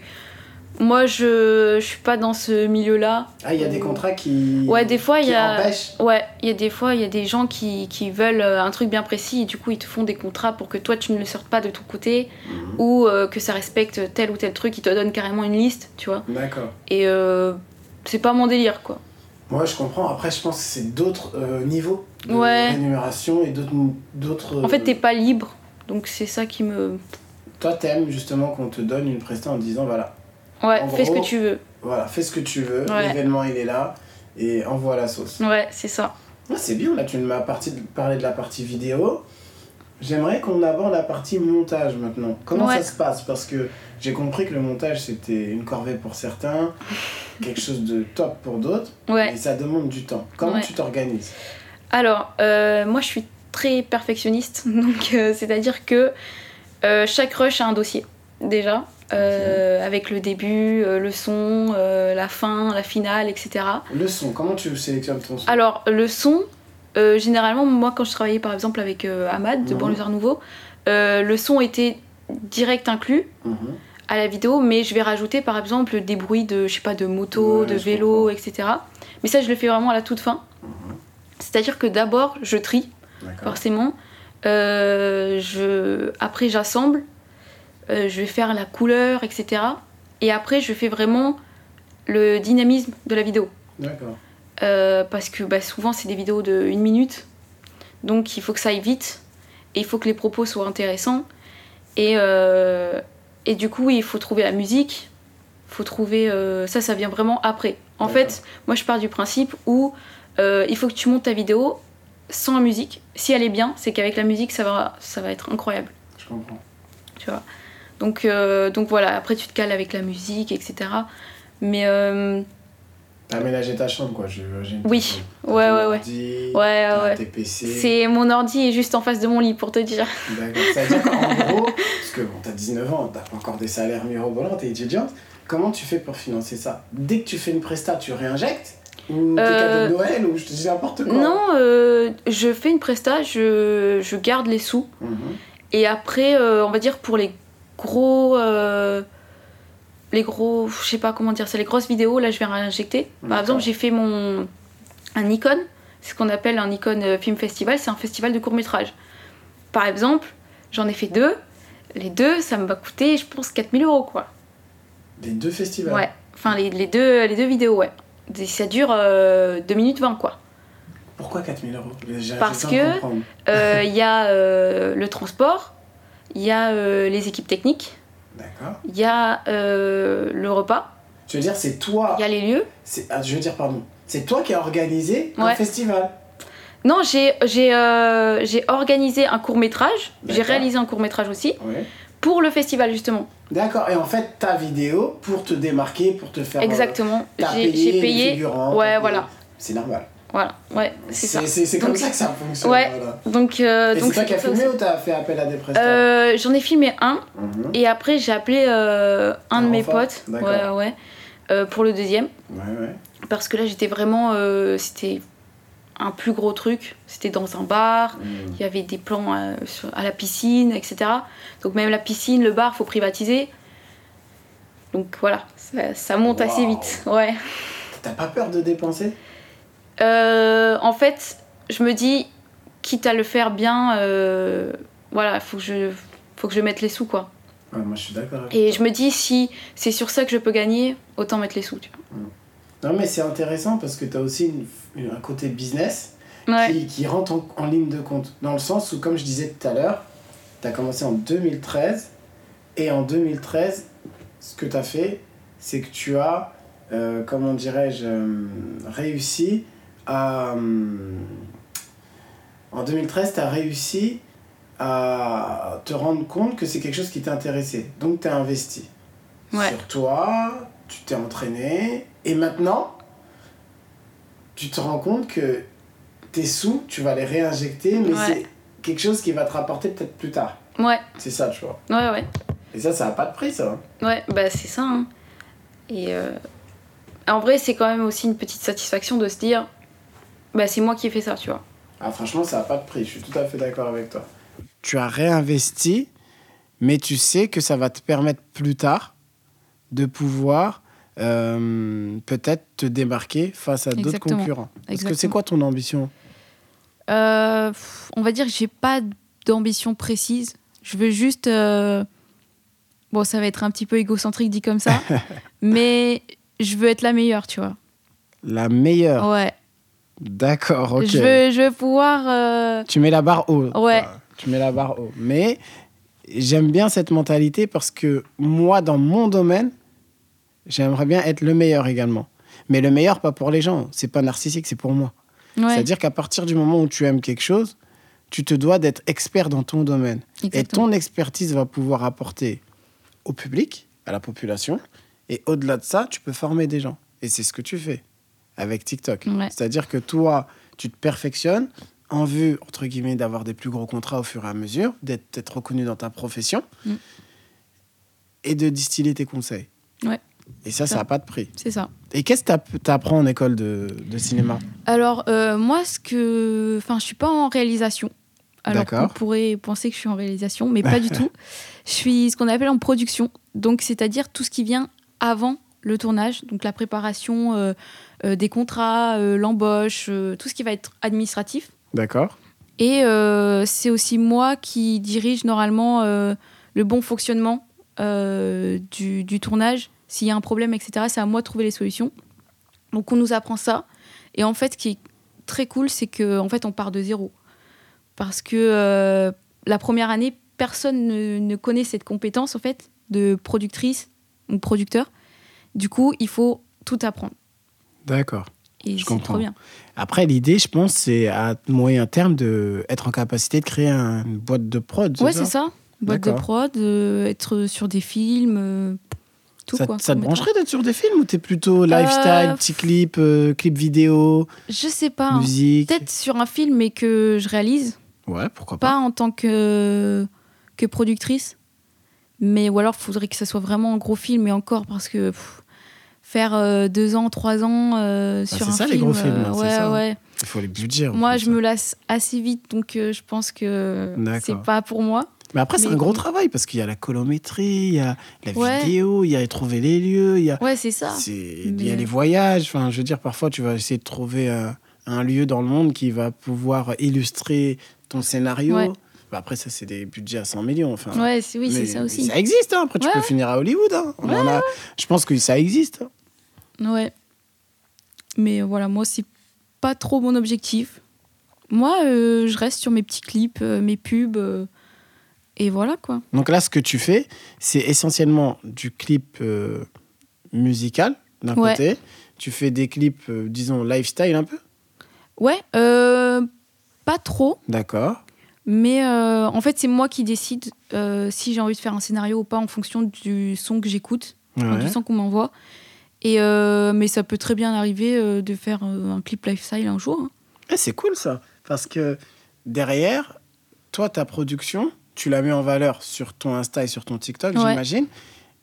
Moi, je, je suis pas dans ce milieu-là. Ah, il y a des contrats qui. Ouais, des fois, il qui y a. empêchent. Ouais, il y a des fois, il y a des gens qui, qui veulent euh, un truc bien précis et du coup, ils te font des contrats pour que toi, tu ne le sortes pas de ton côté Mhm. ou euh, que ça respecte tel ou tel truc. Ils te donnent carrément une liste, tu vois. D'accord. Et euh, c'est pas mon délire, quoi. Moi, je comprends. Après, je pense que c'est d'autres euh, niveaux de Ouais. rémunération et d'autres. d'autres, En fait, euh, t'es pas libre, donc c'est ça qui me. Toi, t'aimes justement qu'on te donne une prestation en te disant voilà, Ouais, En fais ce gros- que tu veux. voilà, fais ce que tu veux, Ouais. Mm. l'événement il est là et envoie la sauce. Ouais, c'est ça. Ah, c'est bien, là tu m'as parti- parlé de la partie vidéo. J'aimerais qu'on aborde la partie montage maintenant. Comment Ouais. ça se passe Parce que j'ai compris que le montage c'était une corvée pour certains, quelque chose de top pour d'autres, Ouais. mais ça demande du temps. Comment Ouais. tu t'organises Alors, euh, moi, je suis très perfectionniste, donc euh, c'est-à-dire que euh, chaque rush a un dossier, déjà, euh, avec le début, euh, le son, euh, la fin, la finale, etc. Le son, comment tu sélectionnes ton son Alors, le son, euh, généralement, moi, quand je travaillais par exemple avec euh, Ahmad de Mhm. Banlieusard Nouveau, euh, le son était direct inclus Mhm. à la vidéo, mais je vais rajouter par exemple des bruits de, je sais pas, de moto, Ouais, de je vélo, etc. Mais ça, je le fais vraiment à la toute fin. C'est-à-dire que d'abord, je trie D'accord. forcément. Euh, je... Après, j'assemble, Euh, je vais faire la couleur, etc. Et après, je fais vraiment le dynamisme de la vidéo. D'accord. Euh, parce que bah, souvent, c'est des vidéos de une minute. Donc, il faut que ça aille vite. Et il faut que les propos soient intéressants. Et, euh, et du coup, oui, il faut trouver la musique. faut trouver. euh, Ça, ça vient vraiment après. En D'accord. fait, moi, je pars du principe où euh, il faut que tu montes ta vidéo sans musique. Si elle est bien, c'est qu'avec la musique, ça va, ça va être incroyable. Je comprends. Donc, euh, donc voilà, après, tu te cales avec la musique, etc. Mais euh, T'as aménagé ta chambre quoi, j'imagine. oui, T'as ouais, ton ouais, ouais. ordi, Ouais, ouais, t'as ouais. Tes PC. C'est mon ordi est juste en face de mon lit pour te dire. D'accord. Ça veut dire qu'en gros, parce que bon, t'as 19 ans, t'as pas encore des salaires mirobolants, t'es étudiante. Comment tu fais pour financer ça Dès que tu fais une presta, tu réinjectes Ou tes Euh, cadeaux de Noël Ou je te dis n'importe quoi Non, euh, je fais une presta, je, je garde les sous. Mhm. Et après, euh, on va dire pour les gros. euh, les gros. Je sais pas comment dire ça, les grosses vidéos, là je vais réinjecter. Par D'accord. exemple, j'ai fait mon. un Nikon, c'est ce qu'on appelle un Nikon Film Festival, c'est un festival de court-métrage. Par exemple, j'en ai fait deux. Les deux, ça m'a coûté, je pense, 4000 euros quoi. Les deux festivals Ouais. Enfin, les, les deux, les deux vidéos, ouais. Et Ça dure euh, 2 minutes 20 quoi. Pourquoi 4000 euros J'ai- Parce j'ai que- besoin de comprendre. Euh, Il y a euh, le transport, il y a euh, les équipes techniques, D'accord. il y a euh, le repas, Tu veux dire, c'est toi. il y a les lieux. c'est- ah, je veux dire, pardon. C'est toi qui as organisé un Ouais. festival. Non, j'ai j'ai, euh, j'ai organisé un court métrage, j'ai D'accord. réalisé un court métrage aussi, Ouais. pour le festival justement. D'accord. Et en fait, ta vidéo, pour te démarquer, pour te faire. euh, Exactement, T'as j'ai j'ai payé, les payé. figurants, Ouais, t'as payé. voilà. C'est normal. Voilà, ouais, c'est ça. C'est c'est- c'est comme Donc- ça que ça fonctionne. Ouais. voilà. Donc, euh, Et donc c'est toi c'est qui as pour ça filmé aussi. ou t'as fait appel à des prestataires Euh, J'en ai filmé un, Mhm. et après j'ai appelé euh, un, Un de mes renfort, potes, d'accord. ouais, ouais, euh, pour le deuxième. Ouais, ouais. parce que là j'étais vraiment euh, c'était un plus gros truc c'était dans un bar Mhm. il y avait des plans euh, sur- à la piscine etc donc même la piscine le bar faut privatiser donc voilà ça, ça monte Waouh. assez vite ouais T'as pas peur de dépenser Euh, en fait je me dis quitte à le faire bien euh, voilà faut que je faut que je mette les sous quoi Ouais, moi je suis d'accord avec et toi. je me dis si c'est sur ça que je peux gagner autant mettre les sous tu Non, mais c'est intéressant parce que t'as aussi une- une- un côté business vois ouais qui, qui rentre en, en ligne de compte. Dans le sens où, comme je disais tout à l'heure, t'as commencé en 2013 et en 2013, ce que t'as fait, c'est que tu as, euh, comment dirais-je, euh, réussi à. euh, en 2013, t'as réussi à te rendre compte que c'est quelque chose qui t'intéressait. Donc t'as investi Ouais. sur toi, tu t'es entraîné, et maintenant, tu te rends compte que tes sous, tu vas les réinjecter, mais Ouais. c'est quelque chose qui va te rapporter peut-être plus tard. ouais C'est ça, tu vois. ouais ouais Et ça, ça n'a pas de prix, ça. hein. Ouais, bah c'est ça. hein. Et euh, en vrai, c'est quand même aussi une petite satisfaction de se dire, bah c'est moi qui ai fait ça, tu vois. Ah, franchement, ça n'a pas de prix, je suis tout à fait d'accord avec toi. Tu as réinvesti, mais tu sais que ça va te permettre plus tard de pouvoir euh, peut-être te démarquer face à d'autres Exactement. concurrents. Parce que c'est Exactement. quoi ton ambition Euh, pff, on va dire que j'ai pas d'ambition précise. Je veux juste. euh, Bon, ça va être un petit peu égocentrique dit comme ça, mais je veux être la meilleure, tu vois. La meilleure. Ouais. D'accord, Ah, ok. Oh. Je, veux, je veux pouvoir. euh, Tu mets la barre haut. Ouais. quoi. Tu mets la barre haut. Mais j'aime bien cette mentalité parce que moi, dans mon domaine, j'aimerais bien être le meilleur également. Mais le meilleur, pas pour les gens. C'est pas narcissique, c'est pour moi. Ouais. C'est-à-dire qu'à partir du moment où tu aimes quelque chose, tu te dois d'être expert dans ton domaine. Exactement. Et ton expertise va pouvoir apporter au public, à la population. Et au-delà de ça, tu peux former des gens. Et c'est ce que tu fais avec TikTok. Ouais. C'est-à-dire que toi, tu te perfectionnes en vue, entre guillemets, d'avoir des plus gros contrats au fur et à mesure, d'être d'être reconnu dans ta profession Mm. et de distiller tes conseils. Ouais. Et ça, Ça. ça n'a pas de prix. C'est ça. Et qu'est-ce que tu apprends en école de, de cinéma Alors, euh, moi, ce que. Enfin, je suis pas en réalisation. Alors qu'on D'accord. pourrait penser que je suis en réalisation, mais pas du tout. Je suis ce qu'on appelle en production. Donc, c'est-à-dire tout ce qui vient avant le tournage. Donc, la préparation euh, euh, des contrats, euh, l'embauche, euh, tout ce qui va être administratif. D'accord Et euh, c'est aussi moi qui dirige normalement euh, le bon fonctionnement euh, du, du tournage. S'il y a un problème, etc., c'est à moi de trouver les solutions. Donc on nous apprend ça. Et en fait, ce qui est très cool, c'est que en fait, on part de zéro. Parce que euh, la première année, personne ne, ne connaît cette compétence en fait de productrice ou producteur. Du coup, il faut tout apprendre. D'accord. Et Je c'est comprends. trop bien. Après, l'idée, je pense, c'est à moyen terme d'être en capacité de créer un- une boîte de prod. Ouais, c'est ça. Boîte de D'accord. prod, euh, être sur des films, euh, tout Ça, quoi. ça te Mais brancherait d'être sur des films ou t'es plutôt lifestyle, Euh, petit clip, euh, clip vidéo, Je sais pas. hein. musique Ah. Peut-être sur un film, mais que je réalise, Ouais, pourquoi pas. pas en tant que, que productrice. Mais ou alors, faudrait que ça soit vraiment un gros film, et encore, parce que pff, faire euh, deux ans, trois ans euh, sur Bah, c'est un ça, les film. gros films, euh, hein, c'est ouais, ça, hein. ouais. Il faut les budgets. en Moi, fait. je me lasse assez vite, donc euh, je pense que D'accord. c'est pas pour moi. Mais après, c'est mais- un gros travail parce qu'il y a la colométrie, il y a la Ouais. vidéo, il y a trouver les lieux, il y a, Ouais, c'est ça. c'est- il y Mais- a les voyages. Enfin, je veux dire, parfois, tu vas essayer de trouver euh, un lieu dans le monde qui va pouvoir illustrer ton scénario. Ouais. Bah, après, ça, c'est des budgets à 100 millions. Enfin, Ouais, c'est oui, c'est Mais- ça mais aussi. Ça existe, hein. après tu Ouais, peux finir à Hollywood. hein. On en a- Je pense que ça existe. Ouais. Mais euh, voilà, moi, c'est pas trop mon objectif. Moi, euh, je reste sur mes petits clips, euh, mes pubs. euh, et voilà, quoi. Donc là, ce que tu fais, c'est essentiellement du clip euh, musical d'un Ouais. côté. Tu fais des clips, euh, disons, lifestyle un peu. Ouais, euh, pas trop. D'accord. Mais euh, en fait, c'est moi qui décide euh, si j'ai envie de faire un scénario ou pas en fonction du son que j'écoute, enfin, Ouais. du son qu'on m'envoie. Et euh, mais ça peut très bien arriver euh, de faire euh, un clip lifestyle un jour. hein. Eh, c'est cool ça. Parce que derrière, toi, ta production, tu la mets en valeur sur ton Insta et sur ton TikTok, Ouais. j'imagine.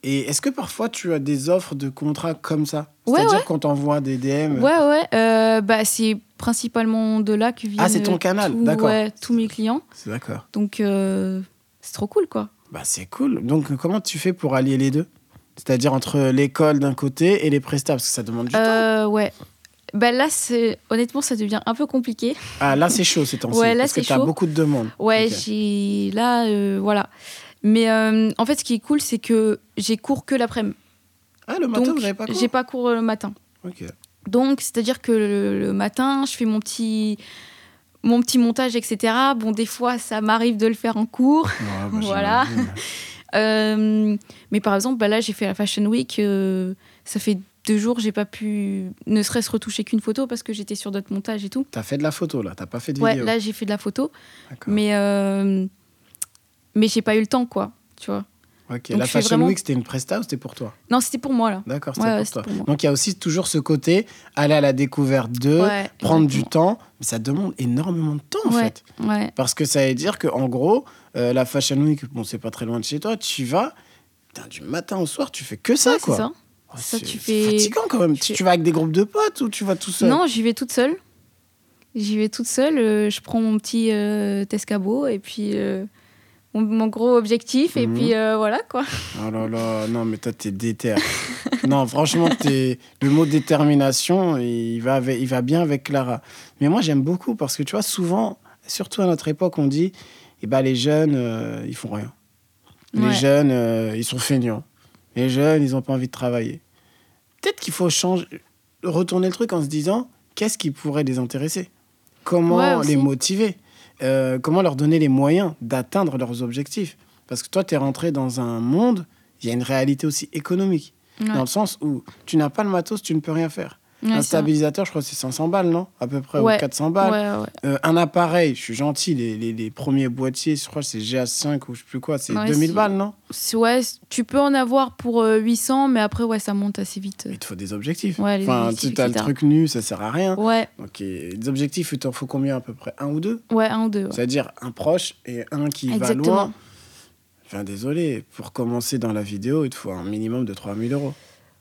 Et est-ce que parfois tu as des offres de contrats comme ça Ouais, C'est-à-dire qu'on t'envoie des DM. Ouais, ouais. euh, bah, c'est principalement de là que viennent Ah, c'est ton euh, canal, tout- d'accord. ouais, tous mes clients. C'est d'accord. Donc, euh, c'est trop cool, quoi. Bah, c'est cool. Donc, comment tu fais pour allier les deux C'est-à-dire entre l'école d'un côté et les prestats Parce que ça demande du temps. Euh, ouais. Bah là, c'est honnêtement, ça devient un peu compliqué. Ah, là, c'est chaud ces temps-ci. Ouais, là, parce que c'est tu as chaud. beaucoup de demandes. Ouais, Ok. j'ai là, euh, voilà. Mais euh, en fait, ce qui est cool, c'est que j'ai cours que l'après-midi. Ah, le matin, Donc, vous n'avez pas cours j'ai pas cours euh, le matin. Ok. Donc, c'est-à-dire que le, le matin, je fais mon petit, mon petit montage, etc. Bon, des fois, ça m'arrive de le faire en cours. Ouais, bah, Voilà. j'imagine. Euh, mais par exemple, bah là, j'ai fait la Fashion Week. euh, ça fait deux jours, j'ai pas pu, ne serait-ce retoucher qu'une photo parce que j'étais sur d'autres montages et tout. T'as fait de la photo, là. T'as pas fait de Ouais, vidéo. là, j'ai fait de la photo, D'accord. mais euh, mais j'ai pas eu le temps, quoi. Tu vois. Ok. donc, la je fais Fashion vraiment- Week, c'était une presta ou c'était pour toi Non, c'était pour moi là. D'accord, Ouais, c'était ouais, pour c'était toi. pour moi. Donc, il y a aussi toujours ce côté aller à la découverte de, Ouais, prendre du exactement. temps. Mais ça demande énormément de temps, en Ouais. fait. Ouais, Parce que ça veut dire que en gros, euh, la Fashion Week, bon, c'est pas très loin de chez toi, tu y vas, putain, du matin au soir, tu fais que ça, Ouais, c'est quoi. ça. Oh, Ça, c'est- tu c'est fais- fatigant quand même. tu Tu, fais- tu vas avec des groupes de potes ou tu vas tout seul Non, j'y vais toute seule. J'y vais toute seule. euh, je prends mon petit euh, Tescabo et puis euh, mon, mon gros objectif. Et Mhm. puis euh, voilà quoi. Oh là là, non, mais toi, t'es déter. non, franchement, t'es- le mot détermination, il va, avec- il va bien avec Clara. Mais moi, j'aime beaucoup parce que tu vois, souvent, surtout à notre époque, on dit eh ben, les jeunes, euh, ils font rien. Les Ouais. jeunes, euh, ils sont feignants. Les jeunes, ils n'ont pas envie de travailler. Peut-être qu'il faut changer, retourner le truc en se disant qu'est-ce qui pourrait les intéresser Ouais, Comment aussi. les motiver Euh, Comment leur donner les moyens d'atteindre leurs objectifs Parce que toi, tu es rentré dans un monde, il y a une réalité aussi économique. Ouais. Dans le sens où tu n'as pas le matos, tu ne peux rien faire. Ouais, un c'est vrai. stabilisateur, je crois que c'est 500 balles, non À peu près, ou Ouais. 400 balles. Ouais, ouais. Euh, un appareil, je suis gentil, les, les- les premiers boîtiers, je crois que c'est GH5 ou je sais plus quoi, c'est Ouais, 2000 si. balles, non C'est- ouais, c- tu peux en avoir pour euh, 800, mais après, ouais, ça monte assez vite. Il te faut des objectifs. Ouais, les enfin, objectifs, tu as le etc. truc nu, ça sert à rien. Ouais, Donc, et- les objectifs, il t'en faut combien à peu près Un ou deux ouais, un ou deux. ouais. C'est-à-dire un proche et un qui va loin. Exactement. Enfin, désolé, pour commencer dans la vidéo, il te faut un minimum de 3000 euros.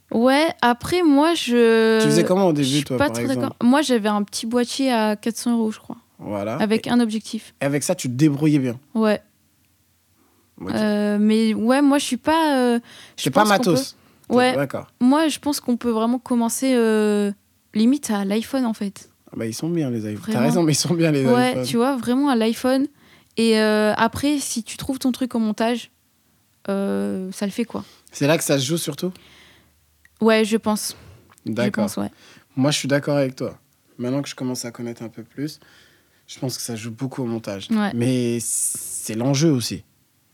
Ouais, après, moi, je. tu faisais comment Euh, au Je début, suis toi, pas par trop exemple d'accord. Moi, j'avais un petit boîtier à 400 euros, je crois, Voilà. avec un objectif. Et avec ça, tu te débrouillais bien. Ouais. Ok. Euh, mais ouais, moi, je suis pas. euh, je c'est pas pense qu'on matos. peut- Ouais. D'accord. peut- Moi, je pense qu'on peut vraiment commencer euh, limite à l'iPhone, en fait. Ah Bah, ils sont bien, les iPhones. T'as Vraiment. raison, mais ils sont bien, les ouais, iPhones. tu vois, vraiment à l'iPhone. Et euh, après, si tu trouves ton truc en montage, euh, ça le fait quoi. C'est là que ça se joue surtout Ouais, je pense. Je D'accord. pense, ouais. Moi, je suis d'accord avec toi. Maintenant que je commence à connaître un peu plus, je pense que ça joue beaucoup au montage. Ouais. Mais c'est l'enjeu aussi.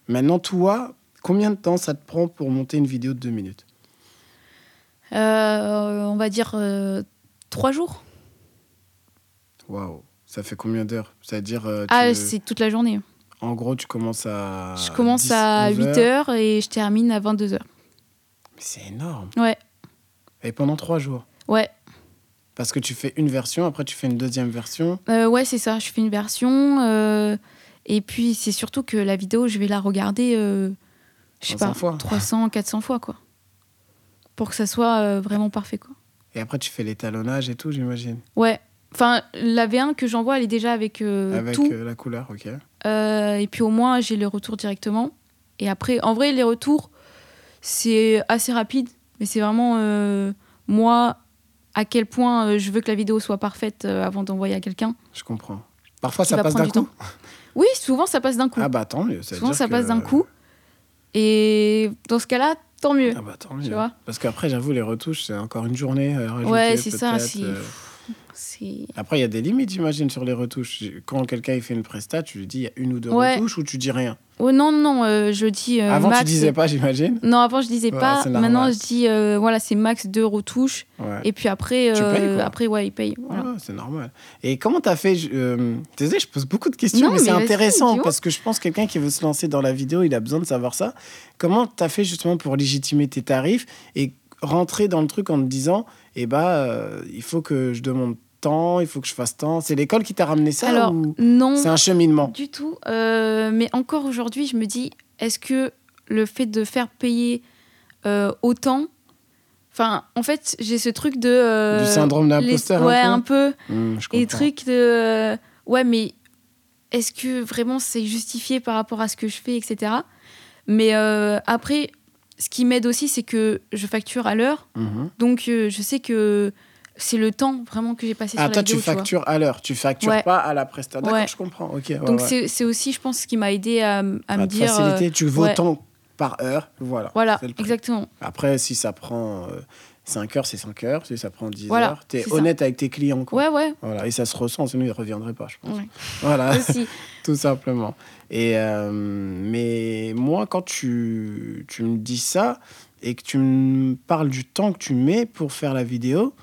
Maintenant, toi, combien de temps ça te prend pour monter une vidéo de deux minutes Euh, on va dire euh, trois jours. Waouh Ça fait combien d'heures C'est-à-dire, euh, tu- Ah, c'est toute la journée. en gros, tu commences à. Je commence 10, à 11 8 heures et je termine à 22 heures. Mais C'est énorme. Ouais. Et pendant trois jours Ouais, Parce que tu fais une version, après tu fais une deuxième version. Euh, ouais, c'est ça. Je fais une version. euh, et puis, c'est surtout que la vidéo, je vais la regarder, euh, je sais 300 pas, fois. 300, 400 fois, quoi. Pour que ça soit euh, vraiment parfait, quoi. Et après, tu fais l'étalonnage et tout, j'imagine. Ouais. Enfin, la V1 que j'envoie, elle est déjà avec, euh, Avec tout. euh, la couleur, ok. Euh, et puis, au moins, j'ai les retours directement. Et après, en vrai, les retours, c'est assez rapide. Mais c'est vraiment, euh, moi, à quel point euh, je veux que la vidéo soit parfaite euh, avant d'envoyer à quelqu'un. Je comprends. Parfois, Qui ça va passe d'un prendre du coup. Oui, souvent, ça passe d'un coup. Ah bah tant mieux. veut Souvent, dire ça que- passe d'un coup. Et dans ce cas-là, tant mieux. Ah bah tant mieux. tu vois Parce qu'après, j'avoue, les retouches, c'est encore une journée. à rajouter, Ouais, c'est ça, peut-être, c'est- euh. C'est- Après, il y a des limites, j'imagine, sur les retouches. Quand quelqu'un il fait une presta, tu lui dis il y a une ou deux Ouais. retouches ou tu dis rien. Oh non, non, euh, je dis. euh, Avant, tu max- disais pas, j'imagine. Non, avant, je disais Ouais, pas. c'est normal. Maintenant, je dis, euh, voilà, c'est max deux retouches. Ouais. Et puis après, Tu euh, payes, quoi. Ah, après ouais, il paye. Voilà. Ouais, c'est normal. Et comment t'as fait je- euh, Désolé, je pose beaucoup de questions, Non, mais, mais c'est vas-y, intéressant dis-moi. parce que je pense que quelqu'un qui veut se lancer dans la vidéo, il a besoin de savoir ça. Comment t'as fait justement pour légitimer tes tarifs et rentrer dans le truc en te disant, eh ben, euh, il faut que je demande tant, il faut que je fasse tant. C'est l'école qui t'a ramené ça Alors, ou non, c'est un cheminement du tout. Euh, mais encore aujourd'hui, je me dis, est-ce que le fait de faire payer euh, autant. Enfin, en fait, j'ai ce truc de. euh, Du syndrome de les- l'imposteur un Ouais, peu un peu. Hum, je Et les comprends. trucs de. euh, ouais, mais est-ce que vraiment c'est justifié par rapport à ce que je fais, etc. Mais euh, après, ce qui m'aide aussi, c'est que je facture à l'heure. Mhm. Donc, euh, je sais que c'est le temps vraiment que j'ai passé Ah, sur la toi, vidéo. tu tu vois. factures à l'heure, tu factures Ouais. pas à la presta. D'accord, Ouais. je comprends. Ok, ouais, Donc, ouais. c'est- c'est aussi, je pense, ce qui m'a aidé à, m- à me te dire. euh, faciliter, tu vaux ouais. tant par heure. Voilà. voilà, c'est le prix. exactement. Après, si ça prend 5 heures, c'est 5 heures. Si ça prend 10 Voilà, heures, t'es c'est ça. honnête avec tes clients. Quoi. Ouais, ouais, Voilà, et ça se ressent, sinon ils ne reviendraient pas, je pense. Ouais. Voilà, aussi. tout simplement. Et, euh, mais moi, quand tu, tu me dis ça et que tu me parles du temps que tu mets pour faire la vidéo,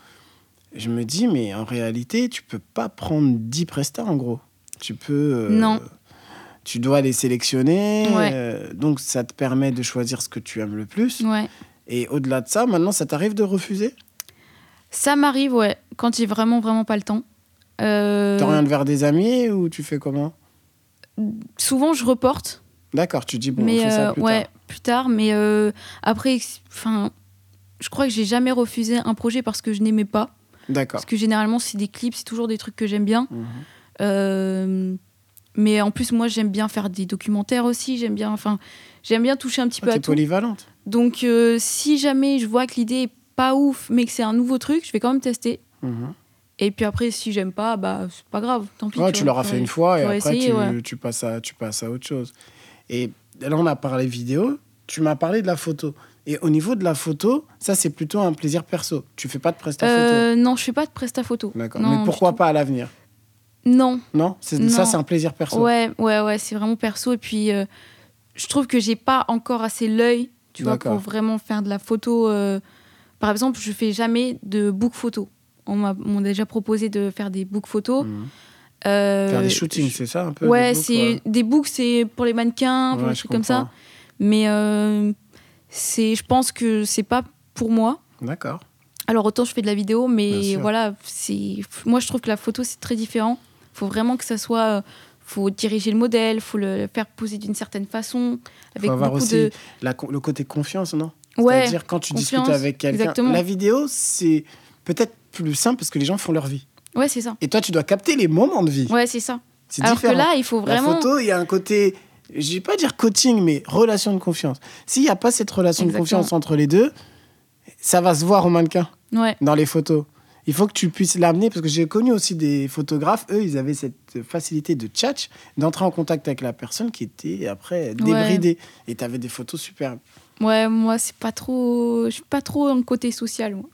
je me dis, mais en réalité, tu peux pas prendre 10 prestats, en gros. Tu peux... euh, Non. Tu dois les sélectionner. Ouais. euh, donc, ça te permet de choisir ce que tu aimes le plus. Ouais. Et au-delà de ça, maintenant, ça t'arrive de refuser Ça m'arrive, ouais, quand j'ai vraiment, vraiment pas le temps. Euh, T'orientes vers des amis ou tu fais comment souvent, je reporte. D'accord, tu dis bon, on mais fait ça euh, plus ouais, tard. plus tard. Mais euh, après, ex- enfin, je crois que j'ai jamais refusé un projet parce que je n'aimais pas. D'accord. Ah, Parce que généralement, c'est des clips, c'est toujours des trucs que j'aime bien. Mhm. Euh, Mais en plus, moi, j'aime bien faire des documentaires aussi. J'aime bien, enfin, j'aime bien toucher un petit Ah, peu à t'es tout. polyvalente. Donc, euh, si jamais je vois que l'idée est pas ouf, mais que c'est un nouveau truc, je vais quand même tester. Mhm. Et puis après, si j'aime pas, bah, c'est pas grave. Tant pis. Ouais, tu vois, l'auras fait j'aurais- une fois et j'aurais après essayé, tu, ouais. tu passes à, tu passes à autre chose. Et là, on a parlé vidéo, tu m'as parlé de la photo. Et au niveau de la photo, ça, c'est plutôt un plaisir perso. Tu fais pas de presta photo. Euh, non, je fais pas de presta photo. D'accord. Non, Mais pourquoi du pas à l'avenir tout. Non. Non, c'est- ça, Non. c'est un plaisir perso. Ouais, ouais, ouais, c'est vraiment perso. Et puis, euh, je trouve que j'ai pas encore assez l'œil, tu vois, D'accord. pour vraiment faire de la photo. euh, Par exemple, je fais jamais de book photo. On m'a on m'a déjà proposé de faire des book photos. Mhm. Euh, Faire des shootings, c'est ça un peu Ouais, des looks, c'est des books, c'est pour les mannequins, pour Ouais, des je trucs comme ça. comprends. Mais euh, c'est, je pense que c'est pas pour moi. D'accord. Alors autant je fais de la vidéo, Bien mais sûr. voilà, c'est, moi je trouve que la photo c'est très différent. Faut vraiment que ça soit, euh, faut diriger le modèle, faut le faire poser d'une certaine façon, avec Faut avoir beaucoup aussi de, la co- le côté confiance, non ouais, C'est-à-dire quand tu confiance, discutes avec quelqu'un. exactement. La vidéo, c'est peut-être plus simple parce que les gens font leur vie. ouais c'est ça, Et toi, tu dois capter les moments de vie. ouais c'est ça. C'est Alors différent. que là il faut vraiment, La photo, il y a un côté, je vais pas dire coaching, mais relation de confiance. S'il n'y a pas cette relation de Exactement. confiance entre les deux, ça va se voir au mannequin, ouais, dans les photos. Il faut que tu puisses l'amener, parce que j'ai connu aussi des photographes, eux, ils avaient cette facilité de tchatch, d'entrer en contact avec la personne qui était après débridée. Et tu avais des photos superbes. ouais moi c'est pas trop, je suis pas trop un côté social moi.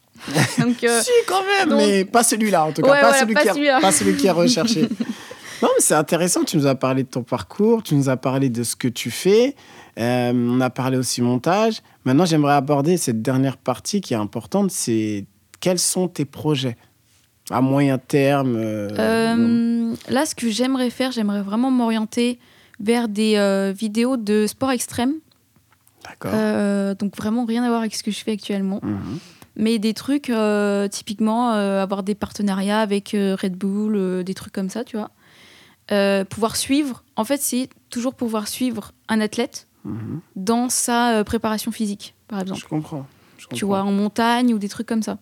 Donc euh, Si, quand même, donc- mais pas celui-là, en tout cas. Ouais, pas, voilà, celui pas qui est, celui-là. pas celui qui est recherché. non, mais c'est intéressant. Tu nous as parlé de ton parcours, tu nous as parlé de ce que tu fais. euh, on a parlé aussi montage. Maintenant, j'aimerais aborder cette dernière partie qui est importante c'est quels sont tes projets à moyen terme euh, Euh, là, ce que j'aimerais faire, j'aimerais vraiment m'orienter vers des euh, vidéos de sport extrême. D'accord. Euh, donc vraiment rien à voir avec ce que je fais actuellement. Mhm. Mais des trucs, euh, typiquement, euh, avoir des partenariats avec euh, Red Bull, euh, des trucs comme ça, tu vois. Euh, pouvoir suivre, en fait, c'est toujours pouvoir suivre un athlète Mhm. dans sa euh, préparation physique, par exemple. Je comprends. je Tu comprends. vois, en montagne ou des trucs comme ça.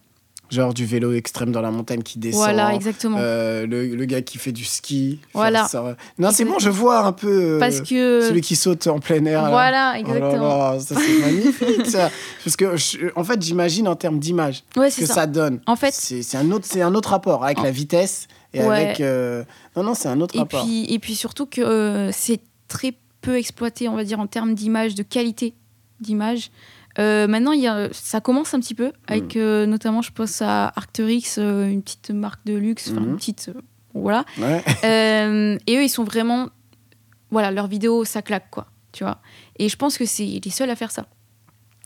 Genre du vélo extrême dans la montagne qui descend. Voilà, exactement. euh, le, le gars qui fait du ski. faire Voilà. ça. Non, c'est bon, je vois un peu. euh, Parce que... Celui qui saute en plein air. là. Voilà, Oh là exactement. là, ça c'est magnifique ça. Parce que je- en fait, j'imagine en termes d'image Ouais, ce que c'est ça, ça. donne. En fait, c'est c'est un autre, c'est un autre rapport avec la vitesse et Ouais. avec. euh, Non non, c'est un autre Et rapport. puis, et puis surtout que euh, c'est très peu exploité, on va dire, en termes d'image, de qualité d'image. Euh, maintenant, il y a, ça commence un petit peu, Mm. avec euh, notamment, je pense à Arcturix, euh, une petite marque de luxe, enfin Mhm. une petite. euh, voilà. Ouais. Euh, et eux, ils sont vraiment. Voilà, leurs vidéos, ça claque, quoi. Tu vois Et je pense que c'est les seuls à faire ça.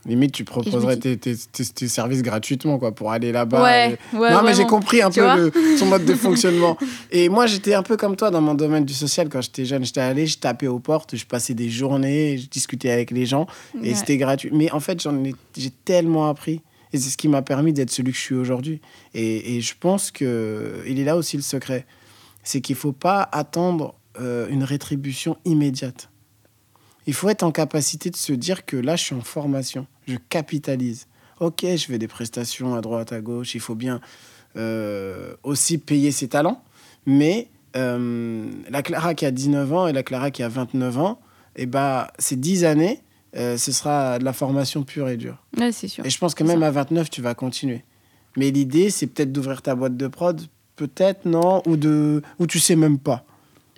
Limite, tu proposerais dis- tes, tes- tes- tes services gratuitement quoi pour aller là-bas. et- ouais, Bah, euh, non, mais j'ai vraiment. compris un Tu peu vois le- son mode de fonctionnement. Et moi, j'étais un peu comme toi dans mon domaine du social. Quand j'étais jeune, j'étais allé, je tapais aux portes, je passais des journées, je discutais avec les gens et Mm. Ouais. c'était gratuit. Mais en fait, j'en ai, j'ai tellement appris. Et c'est ce qui m'a permis d'être celui que je suis aujourd'hui. Et, et je pense que il est là aussi le secret. C'est qu'il ne faut pas attendre euh, une rétribution immédiate. Il faut être en capacité de se dire que là, je suis en formation. Je capitalise. Ok, je fais des prestations à droite, à gauche. Il faut bien euh, aussi payer ses talents. Mais euh, la Clara qui a 19 ans et la Clara qui a 29 ans, eh ben, ces 10 années, euh, ce sera de la formation pure et dure. Ouais, c'est sûr. Et je pense que C'est même ça. à 29, tu vas continuer. Mais l'idée, c'est peut-être d'ouvrir ta boîte de prod, peut-être, non Ou de ou tu sais même pas.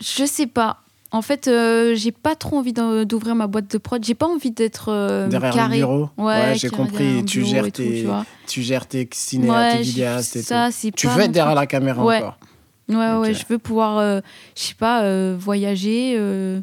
Je sais pas. En fait, euh, j'ai pas trop envie d'en- d'ouvrir ma boîte de prod. J'ai pas envie d'être euh, Derrière le carré. bureau. Ouais, j'ai carré compris. derrière un Et Tu bureau gères, et tout, tes, tu vois. tu gères tes ciné, Ouais, tes j'ai- vidéastes et ça, c'est tout. Tu pas veux être mon derrière la caméra Ouais. encore. Ouais, ouais, Ok. je veux pouvoir, euh, je sais pas, euh, voyager, euh,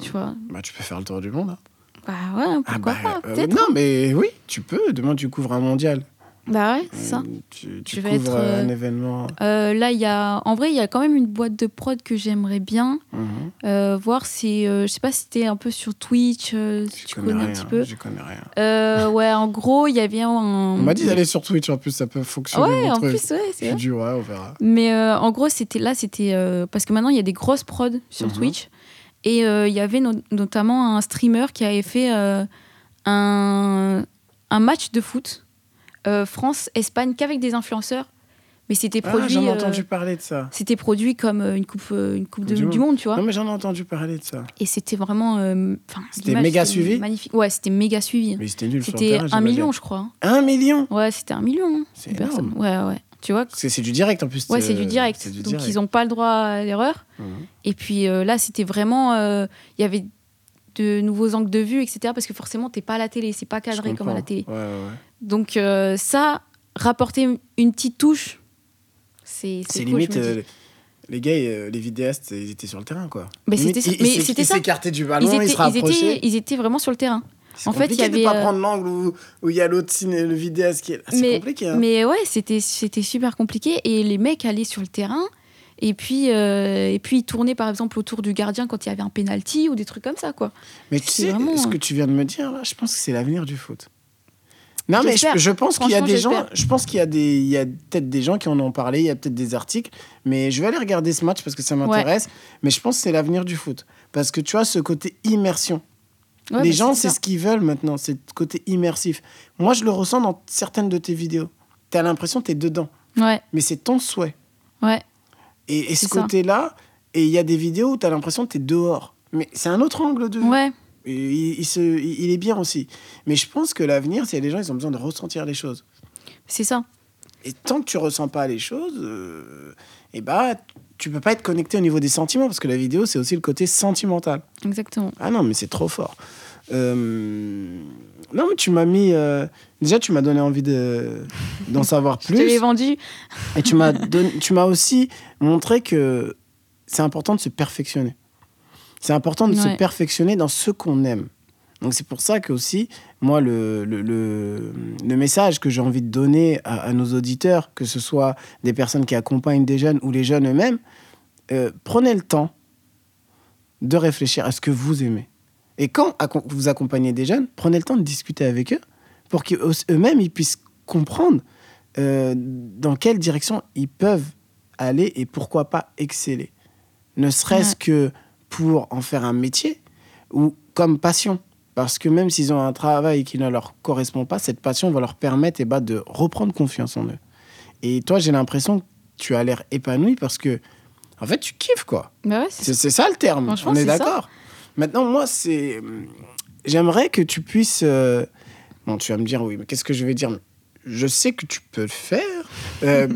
tu vois. Bah, tu peux faire le tour du monde. hein. Bah ouais, pourquoi Ah bah, pas, euh, peut-être. non, mais oui, tu peux. Demain, tu couvres un mondial. Bah ouais, c'est ça. Euh, Tu, tu Je vais couvres être, euh, un euh, événement. Euh, là, il y a, en vrai, il y a quand même une boîte de prod que j'aimerais bien Mhm. euh, voir. C'est, euh, je sais pas si t'es un peu sur Twitch, euh, si Je tu connais, un rien, petit peu. Je connais rien. Euh, ouais, en gros, il y avait un. On m'a dit d'aller sur Twitch, en plus, ça peut fonctionner. Ouais, mon en truc. plus, ouais, c'est J'ai vrai. dit, ouais, hein, on verra. Mais euh, en gros, c'était là, c'était euh, parce que maintenant il y a des grosses prods sur Mhm. Twitch et euh, il y avait no- notamment un streamer qui avait fait euh, un, un match de foot euh, France Espagne qu'avec des influenceurs, Mais c'était Ah, produit. j'en ai euh, entendu parler de ça. C'était produit comme euh, une coupe, euh, une coupe de- du, monde. tu vois. Non, mais j'en ai entendu parler de ça. Et c'était vraiment. euh, enfin, C'était l'image, méga suivi Magnifique. Ouais, c'était méga suivi. Mais c'était nul sur le C'était terrain, un j'imagine. million, je crois. hein. Un million Ouais, c'était un million. hein, C'est de personnes. énorme. Ouais, ouais. Tu vois Parce que c'est du direct en plus. Ouais, c'est euh, du direct. c'est du Donc direct. ils n'ont pas le droit à l'erreur. Mhm. Et puis euh, là, c'était vraiment. euh, Il y avait de nouveaux angles de vue, etc. Parce que forcément, t'es pas à la télé, c'est pas Je cadré comme à la comprends. télé. Ouais, ouais, ouais. Donc euh, ça, rapporter une petite touche, c'est C'est cool, limite. je me dis. euh, les gars, euh, les vidéastes, ils étaient sur le terrain, quoi. Mais Limite, c'était ça. ils- ils Mais s'é- c'était ils ça. s'écartaient du ils, ballon, ils, se étaient, ils, rapprochaient. étaient, ils étaient vraiment sur le terrain. C'est en fait, il y compliqué de avait, pas euh, prendre l'angle où où il y a l'autre ciné, le vidéaste qui est. Ah, C'est mais, compliqué. hein. mais ouais, c'était c'était super compliqué. Et les mecs allaient sur le terrain. Et puis, euh, et puis, ils tournaient par exemple autour du gardien quand il y avait un penalty ou des trucs comme ça, quoi. Mais tu C'est sais, vraiment, ce euh, que tu viens de me dire, là, je pense que c'est l'avenir du foot. Non, mais je, J'espère. je pense qu'il y a Franchement, des gens, j'espère. je pense qu'il y a des, il y a peut-être des gens qui en ont parlé, il y a peut-être des articles, mais je vais aller regarder ce match parce que ça m'intéresse. Mais je pense que c'est l'avenir du foot parce que tu vois ce côté immersion. Ouais, les bah, gens, ça. c'est ce qu'ils veulent maintenant, c'est le côté immersif. Moi, je le ressens dans certaines de tes vidéos. T'as l'impression que t'es dedans, Ouais, mais c'est ton souhait. ouais. Et, et ce C'est ça. côté-là, et il y a des vidéos où t'as l'impression que t'es dehors. Mais c'est un autre angle de vue. Ouais, Et Il, il se, il il est bien aussi. Mais je pense que l'avenir, c'est les gens, ils ont besoin de ressentir les choses. c'est ça. Et tant que tu ressens pas les choses, euh, eh bah, tu peux pas être connecté au niveau des sentiments, parce que la vidéo, c'est aussi le côté sentimental. Exactement. Ah non, mais c'est trop fort. Euh, Non, mais tu m'as mis. euh, Déjà, tu m'as donné envie de... d'en savoir Je te l'ai plus. vendu. Et tu m'as donné- tu m'as aussi montré que c'est important de se perfectionner. C'est important de se Ouais. perfectionner dans ce qu'on aime. Donc c'est pour ça que aussi, moi, le, le, le- le message que j'ai envie de donner à, à nos auditeurs, que ce soit des personnes qui accompagnent des jeunes ou les jeunes eux-mêmes, euh, prenez le temps de réfléchir à ce que vous aimez. Et quand acco- vous accompagnez des jeunes, prenez le temps de discuter avec eux pour qu'eux-mêmes, ils puissent comprendre euh, dans quelle direction ils peuvent aller et pourquoi pas exceller. Ne serait-ce Ouais. que pour en faire un métier ou comme passion. Parce que même s'ils ont un travail qui ne leur correspond pas, cette passion va leur permettre eh ben, de reprendre confiance en eux. Et toi, j'ai l'impression que tu as l'air épanoui parce que, en fait, tu kiffes, quoi. Bah ouais, c'est C'est c'est ça le terme. Franchement, On est c'est ça. d'accord. Maintenant, moi, c'est. J'aimerais que tu puisses. euh, Bon, tu vas me dire oui, mais qu'est-ce que je vais dire Je sais que tu peux le faire. Euh,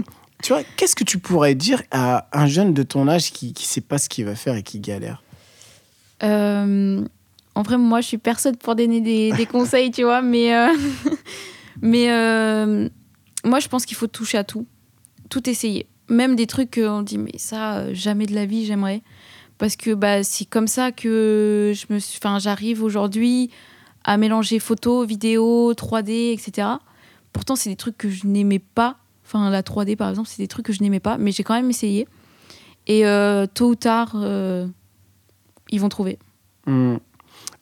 tu vois, qu'est-ce que tu pourrais dire à un jeune de ton âge qui ne sait pas ce qu'il va faire et qui galère Euh, en vrai, moi, je suis personne pour donner des, des conseils, tu vois, mais, euh, mais euh, moi, je pense qu'il faut toucher à tout, tout essayer. Même des trucs qu'on dit, mais ça, euh, jamais de la vie, j'aimerais. Parce que bah, c'est comme ça que je me suis- 'fin, j'arrive aujourd'hui à mélanger photo, vidéo, 3D, etc. Pourtant, c'est des trucs que je n'aimais pas. Enfin, la 3D, par exemple, c'est des trucs que je n'aimais pas, mais j'ai quand même essayé. Et euh, tôt ou tard, euh, ils vont trouver. Hmm.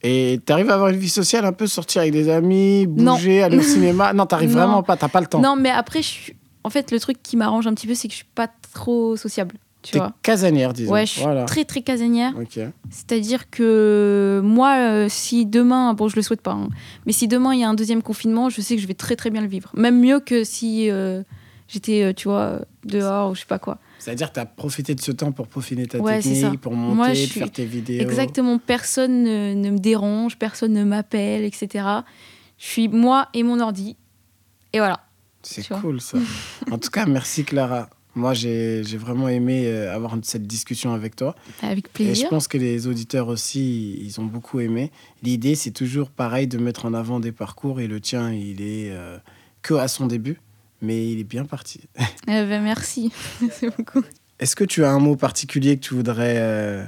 Et t'arrives à avoir une vie sociale un peu, sortir avec des amis, Non. bouger, aller au cinéma Non, t'arrives Non. vraiment pas, t'as pas le temps. Non, mais après, je suis... en fait, le truc qui m'arrange un petit peu, c'est que je suis pas trop sociable, tu T'es vois. casanière, disons. Ouais, je suis Voilà. très très casanière. Ok. C'est-à-dire que moi, euh, si demain, bon, je le souhaite pas, hein, mais si demain il y a un deuxième confinement, je sais que je vais très très bien le vivre. Même mieux que si euh, j'étais, euh, tu vois, dehors ou je sais pas quoi. C'est-à-dire, t'as profité de ce temps pour peaufiner ta Ouais, c'est ça. technique, pour monter, Moi, je de suis- faire tes vidéos. Exactement, personne ne, ne me dérange, personne ne m'appelle, etc. Je suis moi et mon ordi. Et voilà. C'est Tu vois. cool ça. en tout cas, merci Clara. Moi, j'ai j'ai vraiment aimé euh, avoir cette discussion avec toi. Avec Et je plaisir. pense que les auditeurs aussi, ils ont beaucoup aimé. L'idée, c'est toujours pareil de mettre en avant des parcours. Et le tien, il est euh, que à son début, mais il est bien parti. Eh ben, merci. merci beaucoup. Est-ce que tu as un mot particulier que tu voudrais euh,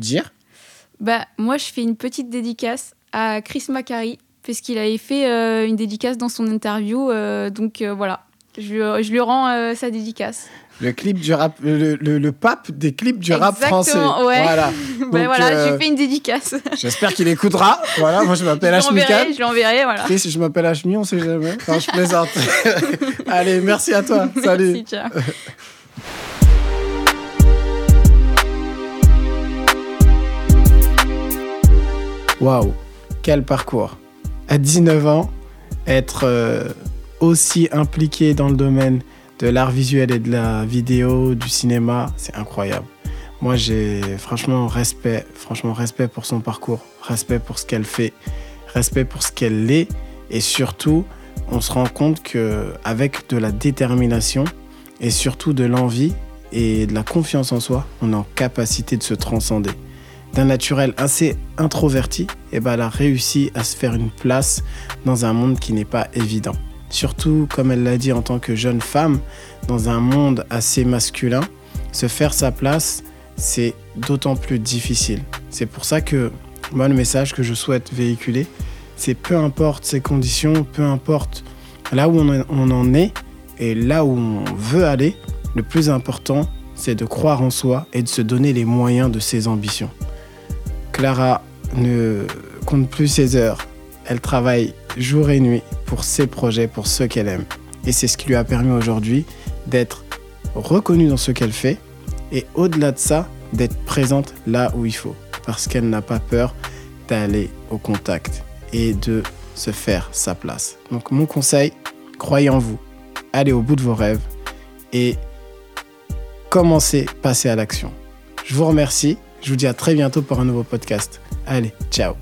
dire Bah, moi, je fais une petite dédicace à Chris Macari, puisqu'il avait fait euh, une dédicace dans son interview. euh, donc euh, voilà, je, je lui rends euh, sa dédicace. Le clip du rap, le, le- le pape des clips du rap Exactement, français. ouais. Voilà. Bah, Donc, voilà, euh, j'ai fait une dédicace. J'espère qu'il écoutera. Voilà, moi je je m'appelle H. l'enverrai, je l'enverrai, voilà. Chris, je m'appelle Ashmi, on sait jamais. Enfin, je plaisante. Allez, merci à toi. Salut. Merci, ciao. Waouh, quel parcours. À 19 ans, être euh, aussi impliqué dans le domaine de l'art visuel et de la vidéo, du cinéma, c'est incroyable. Moi, j'ai franchement respect, franchement respect pour son parcours, respect pour ce qu'elle fait, respect pour ce qu'elle est, et surtout, on se rend compte que avec de la détermination et surtout de l'envie et de la confiance en soi, on est en capacité de se transcender. D'un naturel assez introverti, et ben elle a réussi à se faire une place dans un monde qui n'est pas évident. Surtout, comme elle l'a dit, en tant que jeune femme, dans un monde assez masculin, se faire sa place, c'est d'autant plus difficile. C'est pour ça que moi, le message que je souhaite véhiculer, c'est peu importe ses conditions, peu importe là où on en est et là où on veut aller, le plus important, c'est de croire en soi et de se donner les moyens de ses ambitions. Clara ne compte plus ses heures. Elle travaille jour et nuit pour ses projets, pour ceux qu'elle aime. Et c'est ce qui lui a permis aujourd'hui d'être reconnue dans ce qu'elle fait et au-delà de ça, d'être présente là où il faut. Parce qu'elle n'a pas peur d'aller au contact et de se faire sa place. Donc mon conseil, croyez en vous, allez au bout de vos rêves et commencez, passez à l'action. Je vous remercie, je vous dis à très bientôt pour un nouveau podcast. Allez, ciao